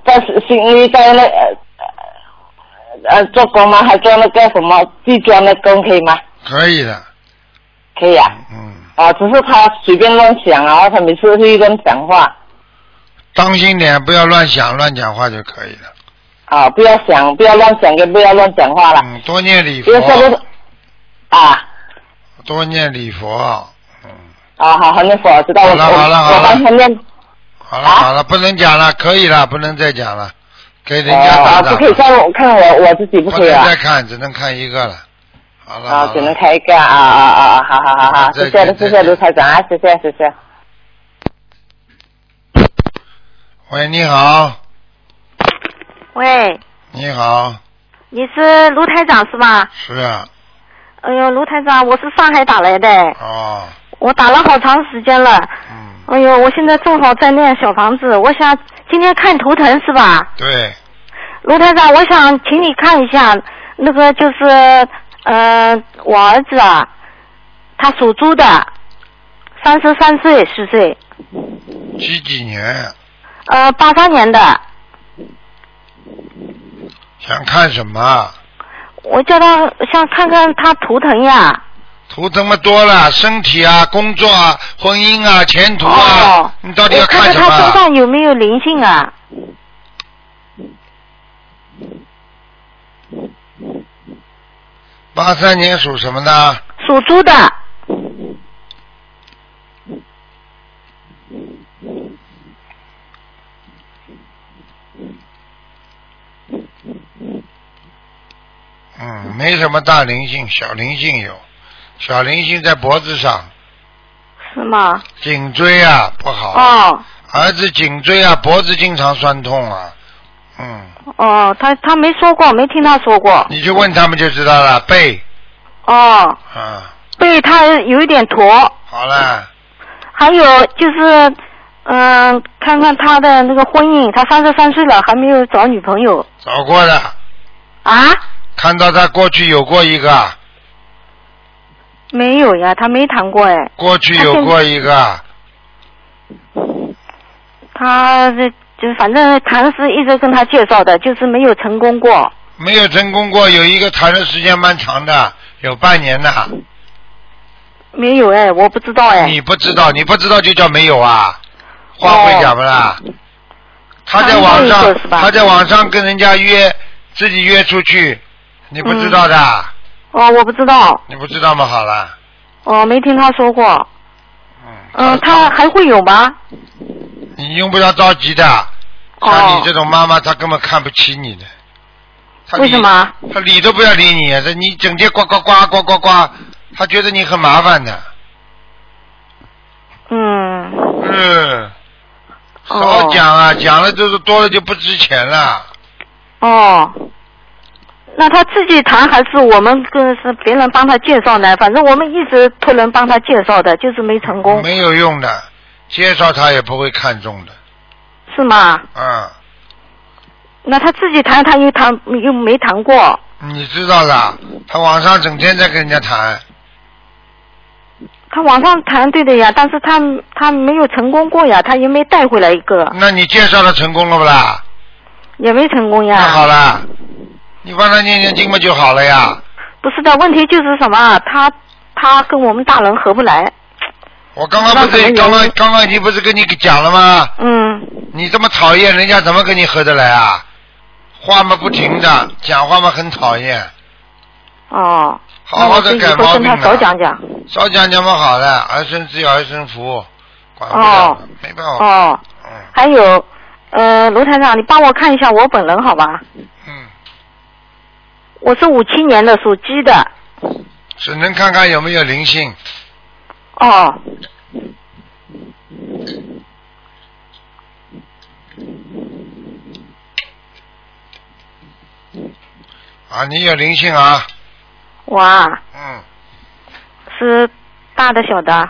K: 在心里在那呃呃做工吗？还做那个什么地砖的工可以吗？
A: 可以的，
K: 可以啊。
A: 嗯。
K: 啊，只是他随便乱想，然后他每次会乱讲话
A: 当心点，不要乱想乱讲话就可以了。
K: 啊，不要想，不要乱想，跟不要乱讲话了。
A: 嗯，哦多念礼
K: 因为现
A: 佛
K: 在是，啊
A: 多念礼佛。
K: 啊，好，好念佛，知道我
A: 好了好了
K: 我
A: 好
K: 我
A: 了
K: 帮他念。
A: 好
K: 啊
A: 了好了，不能讲了，可以了，不能再讲了，给人家
K: 哦
A: 打
K: 啊，
A: 打
K: 不。可以看我看我我自己不
A: 不
K: 可以
A: 能
K: 啊。
A: 再看，只能看一个了。好了，好
K: 啊
A: 了，
K: 只能开一个啊啊啊啊！好好好好，
A: 再
K: 谢谢
A: 见
K: 谢
A: 再
K: 谢
A: 见
K: 卢台长啊，谢谢谢谢。
A: 喂，你好，
L: 喂，
A: 你好，
L: 你是卢台长是吧？
A: 是啊，
L: 哎呦，卢台长，我是上海打来的，
A: 哦，
L: 我打了好长时间了。哎呦，我现在正好在念小房子，我想今天看图腾是吧？
A: 对，
L: 卢台长，我想请你看一下，那个就是呃，我儿子啊，他属猪的，三十三岁虚岁，
A: 几几年？
L: 呃，八三年的，
A: 想看什么？
L: 我叫他想看看他图腾呀。
A: 图这么多了，身体啊，工作啊，婚姻啊，前途啊，你到底要
L: 我看
A: 什
L: 看他身
A: 么？啊
L: 上有没有灵性啊？
A: 八三年属什么呢？
L: 属猪的。
A: 嗯，没什么大灵性，小灵性有，小灵性在脖子上，
L: 是吗？
A: 颈椎啊不好，
L: 哦
A: 儿子颈椎啊脖子经常酸痛啊，嗯，
L: 哦，他他没说过，没听他说过。
A: 你去问他们就知道了，背
L: 哦，
A: 啊，
L: 背他有一点驼，
A: 好了，
L: 还有就是，嗯、看看他的那个婚姻，他三十三岁了，还没有找女朋友
A: 找过的，
L: 啊？
A: 看到他过去有过一个，
L: 没有呀，他没谈过哎，
A: 过去有过一 个，
L: 他这就反正谭师一直跟他介绍的，就是没有成功过。
A: 没有成功过，有一个谈的时间蛮长的，有半年的，
L: 没有哎，我不知道哎。
A: 你不知道，你不知道就叫没有啊，话会讲不啦？
L: 哦
A: 他在网
L: 他没有
A: 上
L: 意思是，吧
A: 他在网上跟人家约，自己约出去，你不知道的，
L: 哦，我不知道，
A: 你不知道吗？好了，
L: 哦，没听他说过。嗯，他还会有吗？
A: 你用不着着急的，
L: 哦
A: 像你这种妈妈，她根本看不起你的，他
L: 为
A: 理
L: 什么？
A: 他理都不要理你，这你整天呱呱呱呱呱呱，他觉得你很麻烦的。
L: 嗯，
A: 嗯，
L: 哦
A: 少讲啊，讲了就是多了就不值钱了。
L: 哦，那他自己谈还是我们跟是别人帮他介绍呢？反正我们一直托人帮他介绍的，就是没成功，
A: 没有用的，介绍他也不会看中的，
L: 是吗？
A: 啊、
L: 那他自己谈，他又谈又没谈过，
A: 你知道的，他网上整天在跟人家谈，
L: 他网上谈对的呀，但是他他没有成功过呀，他也没带回来一个，
A: 那你介绍他成功了不啦？
L: 也没成功呀。
A: 好啦，你帮他念念经嘛就好了呀。
L: 不是的问题就是什么啊？他他跟我们大人合不来，
A: 我刚刚不是刚刚刚刚已经不是跟你讲了吗？
L: 嗯，
A: 你这么讨厌人家，怎么跟你合得来啊？话嘛不停的，讲话嘛很讨厌，
L: 哦，
A: 好好
L: 那
A: 的
L: 我就
A: 改
L: 以后
A: 毛
L: 跟
A: 病啊
L: 他少
A: 了。
L: 讲讲，
A: 少讲讲嘛好了，儿孙自有儿孙福，管不了，
L: 哦
A: 没办法。
L: 哦，还有呃，卢台长，你帮我看一下我本人好吧？
A: 嗯，
L: 我是五七年的，属鸡的，
A: 只能看看有没有灵性。
L: 哦，
A: 啊，你有灵性啊，
L: 哇，
A: 嗯，
L: 是大的小的，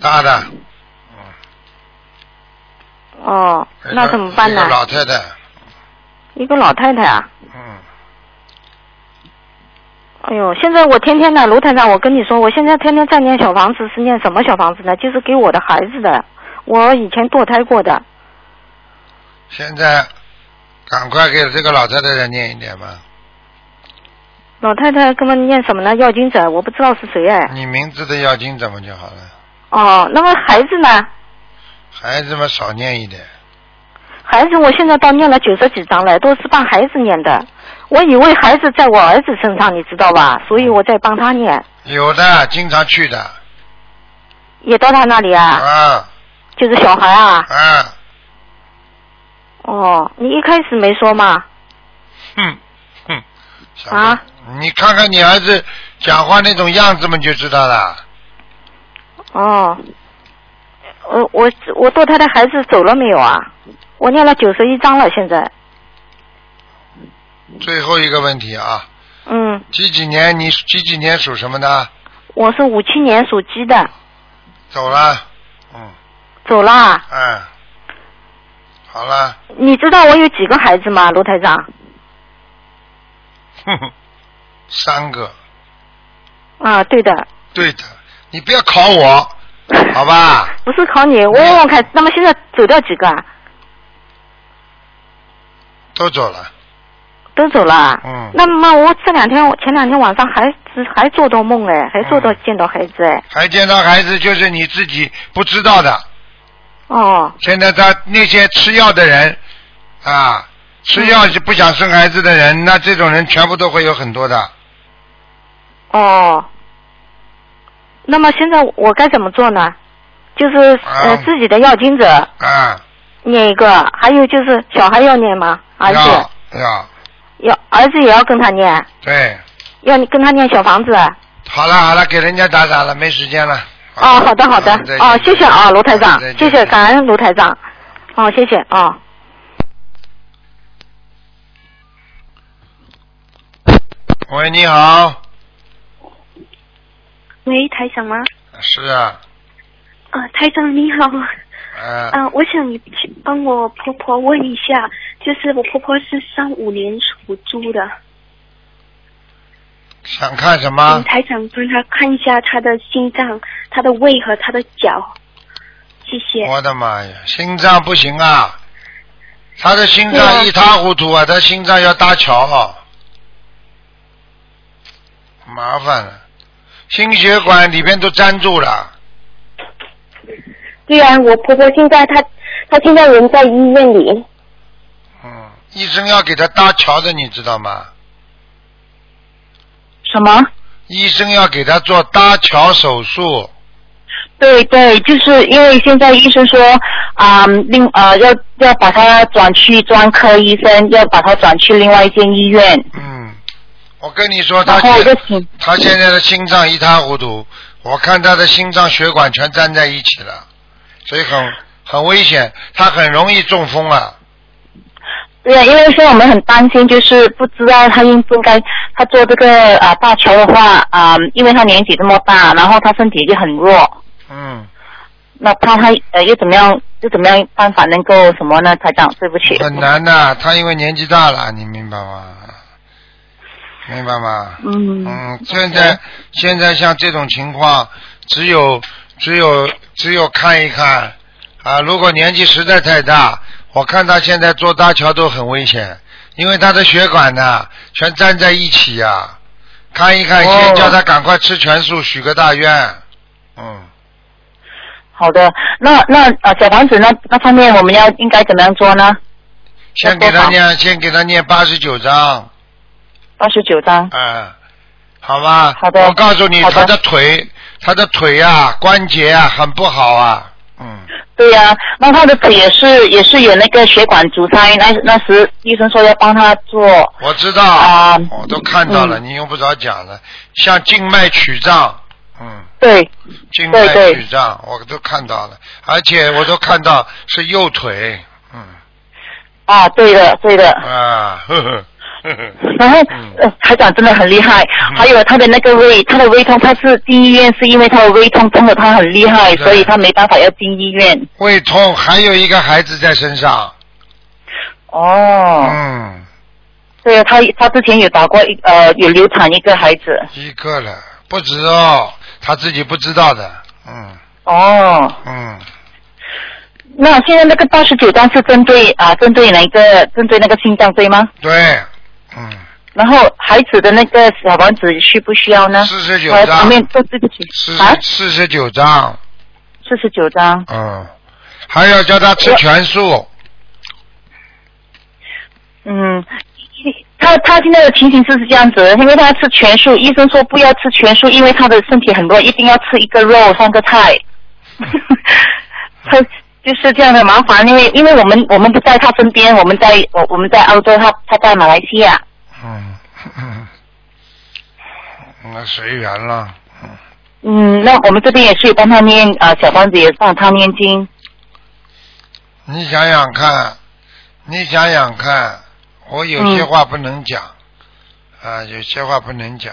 A: 大的，
L: 哦，那怎么办呢
A: 哎一个？老太太，
L: 一个老太太啊，
A: 嗯，
L: 哎呦，现在我天天呢，卢台长，我跟你说，我现在天天在念小房子，是念什么小房子呢？就是给我的孩子的，我以前堕胎过的。
A: 现在赶快给这个老太太再念一点吧。
L: 老太太跟我念什么呢？要经者，我不知道是谁哎。
A: 你名字的要经怎么就好了？
L: 哦，那么孩子呢？
A: 孩子们少念一点，
L: 孩子，我现在到念了九十几章了，都是帮孩子念的。我以为孩子在我儿子身上，你知道吧？所以我在帮他念，
A: 有的经常去的，
L: 也到他那里啊，
A: 啊
L: 就是小孩啊。
A: 啊，
L: 哦，你一开始没说嘛？
A: 哼哼，
L: 啊，
A: 你看看你儿子讲话那种样子嘛，你就知道了。
L: 哦，我我我堕胎的孩子走了没有啊？我念了九十一章了，现在。
A: 最后一个问题啊，
L: 嗯，
A: 几几年你几几年属什么的？
L: 我是五七年属鸡的，
A: 走了，嗯，
L: 走了啊。
A: 哎，好了，
L: 你知道我有几个孩子吗，卢台长？
A: 哼哼， 三个，
L: 啊，对的，
A: 对的，你不要考我，好吧？
L: 不是考你，我问问看。那么现在走掉几个啊？
A: 都走了，
L: 都走了啊。
A: 嗯，
L: 那么我这两天，前两天晚上还是还做到梦
A: 嗯
L: 哎，还做到见到孩子哎。
A: 还见到孩子就是你自己不知道的。嗯
L: 哦，
A: 现在他那些吃药的人啊，吃药是不想生孩子的人，那这种人全部都会有很多的。
L: 哦，那么现在我该怎么做呢？就是呃
A: 啊
L: 自己的要经者
A: 啊，
L: 念一个，还有就是小孩要念吗？儿子
A: 要要
L: 要儿子也要跟他念，
A: 对，
L: 要你跟他念小房子。啊
A: 好了好了，给人家打打了，没时间了。
L: 哦，好的好的
A: 啊好再，见
L: 哦，谢谢啊，卢台长
A: 再，见
L: 谢谢感恩卢台长，哦，谢谢哦。
A: 喂，你好，
M: 喂，台长吗？
A: 是啊，
M: 啊、台长你好。
A: 呃，
M: 啊、我想你去帮我婆婆问一下，啊就是我婆婆是三五年属猪的，
A: 想看什
M: 请
A: 么？
M: 台长帮她看一下她的心脏、她的胃和她的脚。谢谢。
A: 我的妈呀，心脏不行啊，他的心
M: 对啊
A: 脏一塌糊涂啊，他心脏要搭桥啊，麻烦了，心血管里边都粘住了，
N: 对啊，我婆婆现在她她现在人在医院里。
A: 嗯，医生要给他搭桥的，你知道吗？
K: 什么？
A: 医生要给他做搭桥手术，
K: 对对，就是因为现在医生说啊、另呃要要把他转去专科医生，要把他转去另外一间医院。
A: 嗯。我跟你说，他
K: 然后我就
A: 现他现在的心脏一塌糊涂，我看他的心脏血管全粘在一起了，所以很很危险，他很容易中风啊。
K: 对，因为现在我们很担心，就是不知道他应不应该，他做这个啊大桥的话啊、因为他年纪这么大，然后他身体就很弱，
A: 嗯，
K: 那怕他呃又怎么样，又怎么样办法能够什么呢？台长，对不起，
A: 很难呐、他因为年纪大了，你明白吗？明白吗？
K: 嗯
A: 嗯，现在现在像这种情况，只有只有只有看一看啊！如果年纪实在太大，我看他现在做搭桥都很危险，因为他的血管呐、全粘在一起呀、看一看，
K: 哦
A: 先叫他赶快吃全素，许个大愿。嗯，
K: 好的，那那呃小房子那那方面我们要应该怎么样做呢？
A: 先给他念，先给他念八十九章。
K: 八十九张，
A: 嗯，好吧。
K: 好的
A: 我告诉你，
K: 好的
A: 他的腿，他的腿啊，关节啊，很不好啊。
K: 对呀、那他的腿也是也是有那个血管阻塞，那那时医生说要帮他做
A: 我知道，
K: 啊、
A: 我都看到了，你用不着讲了。像静脉曲张，
K: 对，
A: 静
K: 对
A: 脉
K: 对
A: 曲张，我都看到了，而且我都看到是右腿
K: 啊，对的对的。
A: 啊，呵呵呵呵。
K: 然后，
A: 嗯
K: 呃，台长真的很厉害。还有他的那个胃，他的胃痛，他是进医院是因为他的胃痛痛的他很厉害，
A: 对
K: 所以他没办法要进医院。
A: 胃痛，还有一个孩子在身上。
K: 哦。
A: 嗯，
K: 对啊，他他之前有打过一呃有流产一个孩子。
A: 一个了，不止哦，他自己不知道的。嗯
K: 哦。
A: 嗯，
K: 那现在那个八十九章是针对啊、针对哪一个针对那个心脏对吗？
A: 对，
K: 然后孩子的那个小房子需不需要呢？
A: 四十九
K: 呃，旁
A: 张，
K: 边都对不起
A: 四
K: 啊，
A: 四十九张。
K: 四十九章。
A: 嗯，还要叫他吃全素，
K: 嗯，他他现在的情形就是这样子，因为他吃全素，医生说不要吃全素，因为他的身体很弱，一定要吃一个肉三个菜。 他就是这样的麻烦，因为因为我们我们不在他身边，我们在我我们在澳洲，他他在马来西亚。
A: 嗯，嗯那随缘了。
K: 嗯，那我们这边也是有帮他念啊、呃小房子也帮他念经。
A: 你想想看，你想想看，我有些话不能讲，啊，有些话不能讲。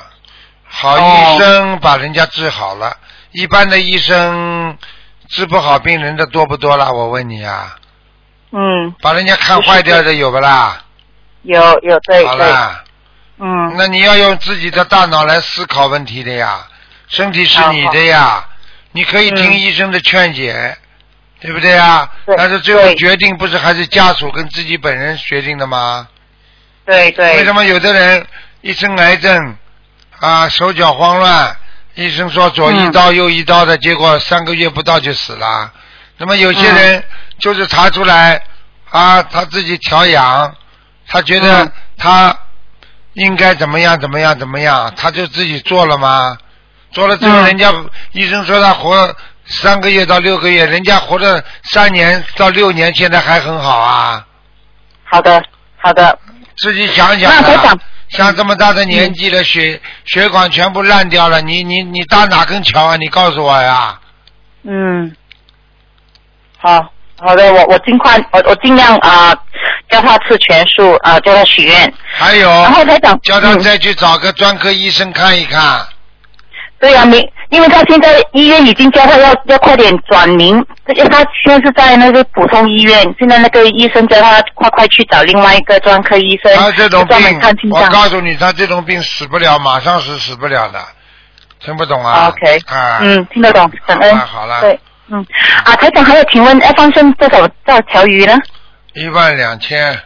A: 好医生把人家治好了，一般的医生治不好病人的多不多啦？我问你啊，
K: 嗯，
A: 把人家看坏掉的有不啦？
K: 有有对
A: 好
K: 对，
A: 啦，
K: 嗯，
A: 那你要用自己的大脑来思考问题的呀，身体是你的呀，你可以听医生的劝解，对不对呀？但是最后决定不是还是家属跟自己本人决定的吗？
K: 对对。
A: 为什么有的人一生癌症啊，手脚慌乱，医生说左一刀
K: 嗯
A: 右一刀的，结果三个月不到就死了？那么有些
K: 嗯
A: 人就是查出来啊，他自己调养，他觉
K: 嗯
A: 得他应该怎么样怎么样怎么样，他就自己做了吗？做了之后，
K: 嗯
A: 人家医生说他活三个月到六个月，人家活了三年到六年，现在还很好啊。
K: 好的，好的。
A: 自己想想
K: 那台嗯
A: 啊
K: 长，
A: 像这么大的年纪了，血血管全部烂掉了，你你你搭哪根桥啊？你告诉我呀。
K: 嗯，好好的，我我尽快，我我尽量啊、叫他吃全素啊、叫他许愿。
A: 还有，
K: 然后台长
A: 叫他
K: 嗯
A: 再去找个专科医生看一看。
K: 对呀、啊，明，因为他现在医院已经叫他要要快点转名，这个他现在是在那个普通医院，现在那个医生叫他快快去找另外一个专科医生，
A: 他这种
K: 就专门
A: 病
K: 看心，
A: 我
K: 脏。
A: 告诉你，他这种病死不了，马上是死不了的。听不懂啊
K: OK，
A: 啊，
K: 嗯，听得懂，感恩。
A: 好了好了
K: 对，嗯，啊，台长还有，请问要放生多少多少条鱼呢？
A: 一万两千，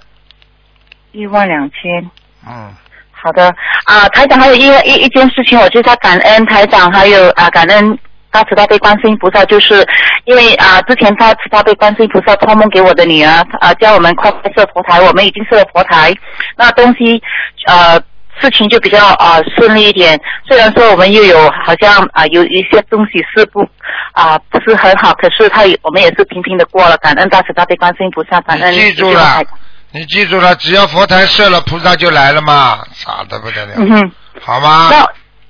K: 一万两千。
A: 嗯，
K: 好的啊，台长还有一个一一件事情，我就是要感恩台长，还有啊感恩大慈大悲观世音菩萨，就是因为啊之前大慈大悲观世音菩萨托梦给我的女儿啊，叫我们快快设佛台，我们已经设了佛台，那东西呃。事情就比较啊、顺利一点，虽然说我们又有好像啊、有一些东西是不啊、不是很好，可是他也我们也是平平的过了，感恩大慈大悲观世音菩萨，感恩
A: 记住
K: 嗯一切
A: 了
K: 台
A: 你记住了，只要佛台设了，菩萨就来了嘛，傻傻的不得了，
K: 嗯哼，
A: 好吗？
K: 那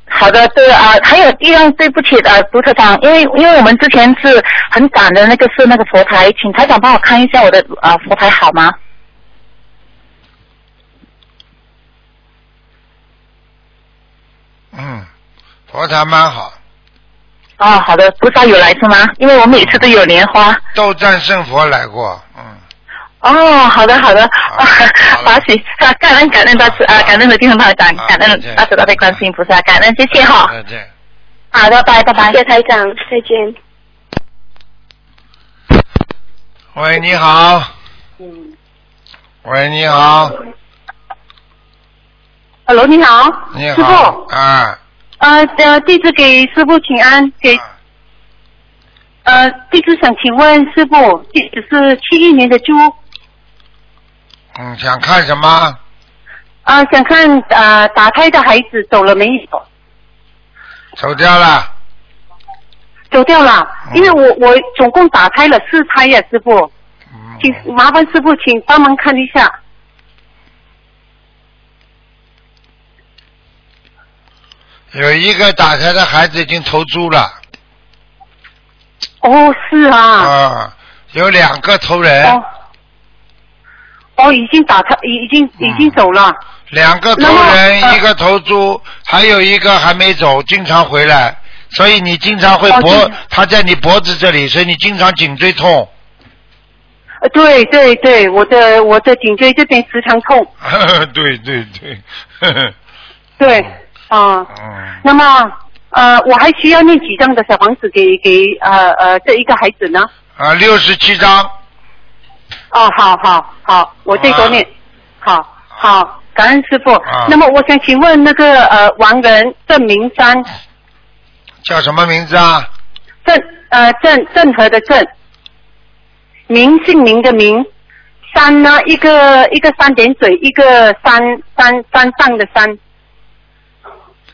K: 好的，对啊，还有一样对不起啊，卢特长，因为因为我们之前是很赶的那个是那个佛台，请台长帮我看一下我的啊、佛台好吗？
A: 嗯，佛台蛮好，
K: 哦，好的，菩萨有来是吗？因为我每次都有莲花。
A: 斗战胜佛来过，嗯，
K: 哦，好的好的，啊，法喜啊，感恩感恩大慈啊，感恩的地方大长，感恩大慈大悲观世音菩萨，感恩谢谢哈。
A: 再见。
K: 好的，拜拜拜。
N: 谢谢台长，再见。
A: 喂，你好。喂，你好，
O: Hello，你好，
A: 你
O: 师
A: 好
O: 傅，，
A: 啊，
O: 呃，呃，弟子给师傅请安，给，呃，弟子想请问师傅，弟子是七一年的猪，
A: 嗯，想看什么？
O: 啊、想看呃打胎的孩子走了没有，
A: 走掉了，
O: 走掉了，因为我我总共打胎了四胎呀，师傅，请麻烦师傅请帮忙看一下，
A: 有一个打胎的孩子已经投猪了，
O: 哦，是啊，
A: 啊，有两个投人，
O: 哦，已经打胎，已已经已经走
A: 嗯
O: 了，呃
A: 两个投人，一个投猪，还有一个还没走，经常回来，所以你经常会
O: 哦
A: 脖
O: 经，
A: 他在你脖子这里，所以你经常颈椎痛。
O: 呃，对对对，我的我的颈椎这边时常痛，
A: 对对对， 呵呵
O: 对，啊、那么呃，我还需要念几张的小房子给给呃呃这一个孩子呢？
A: 啊，六十七章，
O: 哦，好好好，我最多念，好好，感恩师傅。
A: 啊
O: 那么我想请问那个呃王仁郑明山
A: 叫什么名字啊？
O: 郑呃郑郑和的郑，明姓明的明，山呢一个一个三点水，一个山山山上的山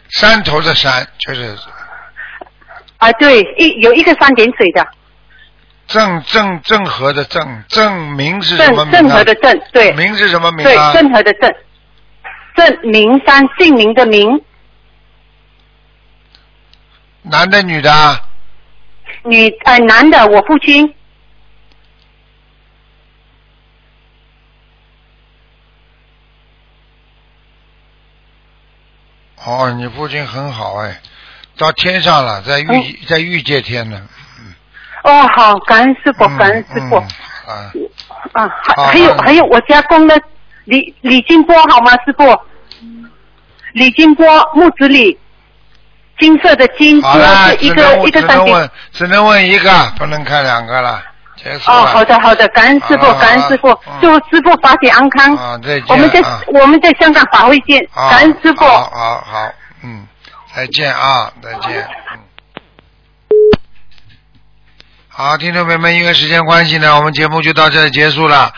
A: 山头的山，就是
O: 啊、对，一有一个三点水的
A: 郑郑郑和的郑，郑明是什
O: 郑
A: 么名啊？
O: 郑和的郑，对。
A: 明是什么名
O: 对，
A: 啊？
O: 郑和的郑，郑明山姓名的名，
A: 男的女的啊？
O: 女呃男的，我父亲
A: 哦，你父亲很好哎，到天上了，在欲、
O: 嗯
A: 在欲界天呢。
O: 哦，好，感恩师傅，感恩师傅、
A: 啊，
O: 啊，
A: 好
O: 还还有
A: 好
O: 还有我家公的李李金波好吗，师傅？李金波木子李，金色的金，
A: 好了，
O: 就是一
A: 只
O: 个
A: 能
O: 一个
A: 只
O: 三
A: 能
O: 点。
A: 问只能问一个，不能看两个了，结束
O: 哦
A: 了。，
O: 好的好的，感恩师傅
A: 好了，
O: 感恩师傅，祝师傅法体安康。
A: 啊，再见。
O: 我们在
A: 啊
O: 我们在香港法会见，
A: 啊
O: 感恩师傅。
A: 好好好，嗯，再见啊，再见。嗯。好，听众朋友们，因为时间关系呢，我们节目就到这里结束了。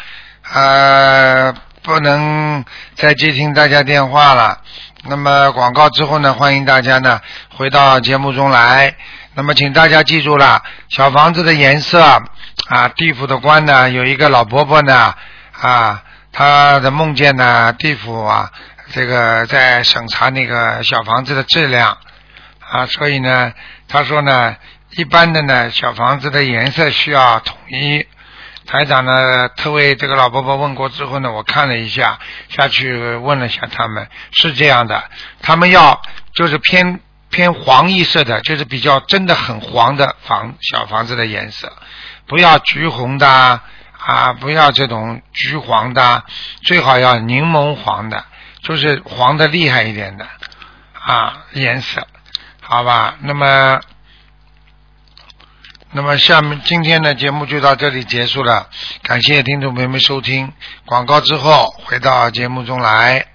A: 呃，不能再接听大家电话了。那么广告之后呢，欢迎大家呢回到节目中来。那么请大家记住了，小房子的颜色啊，地府的官呢有一个老伯伯呢啊，他的梦见呢地府啊这个在审查那个小房子的质量啊，所以呢，他说呢，一般的呢，小房子的颜色需要统一。台长呢，特为这个老伯伯问过之后呢，我看了一下，下去问了一下他们，是这样的，他们要就是偏偏黄一色的，就是比较真的很黄的房小房子的颜色，不要橘红的啊，啊不要这种橘黄的啊，最好要柠檬黄的，就是黄的厉害一点的啊颜色，好吧？那么，那么下面今天的节目就到这里结束了，感谢听众朋友们收听。广告之后回到节目中来。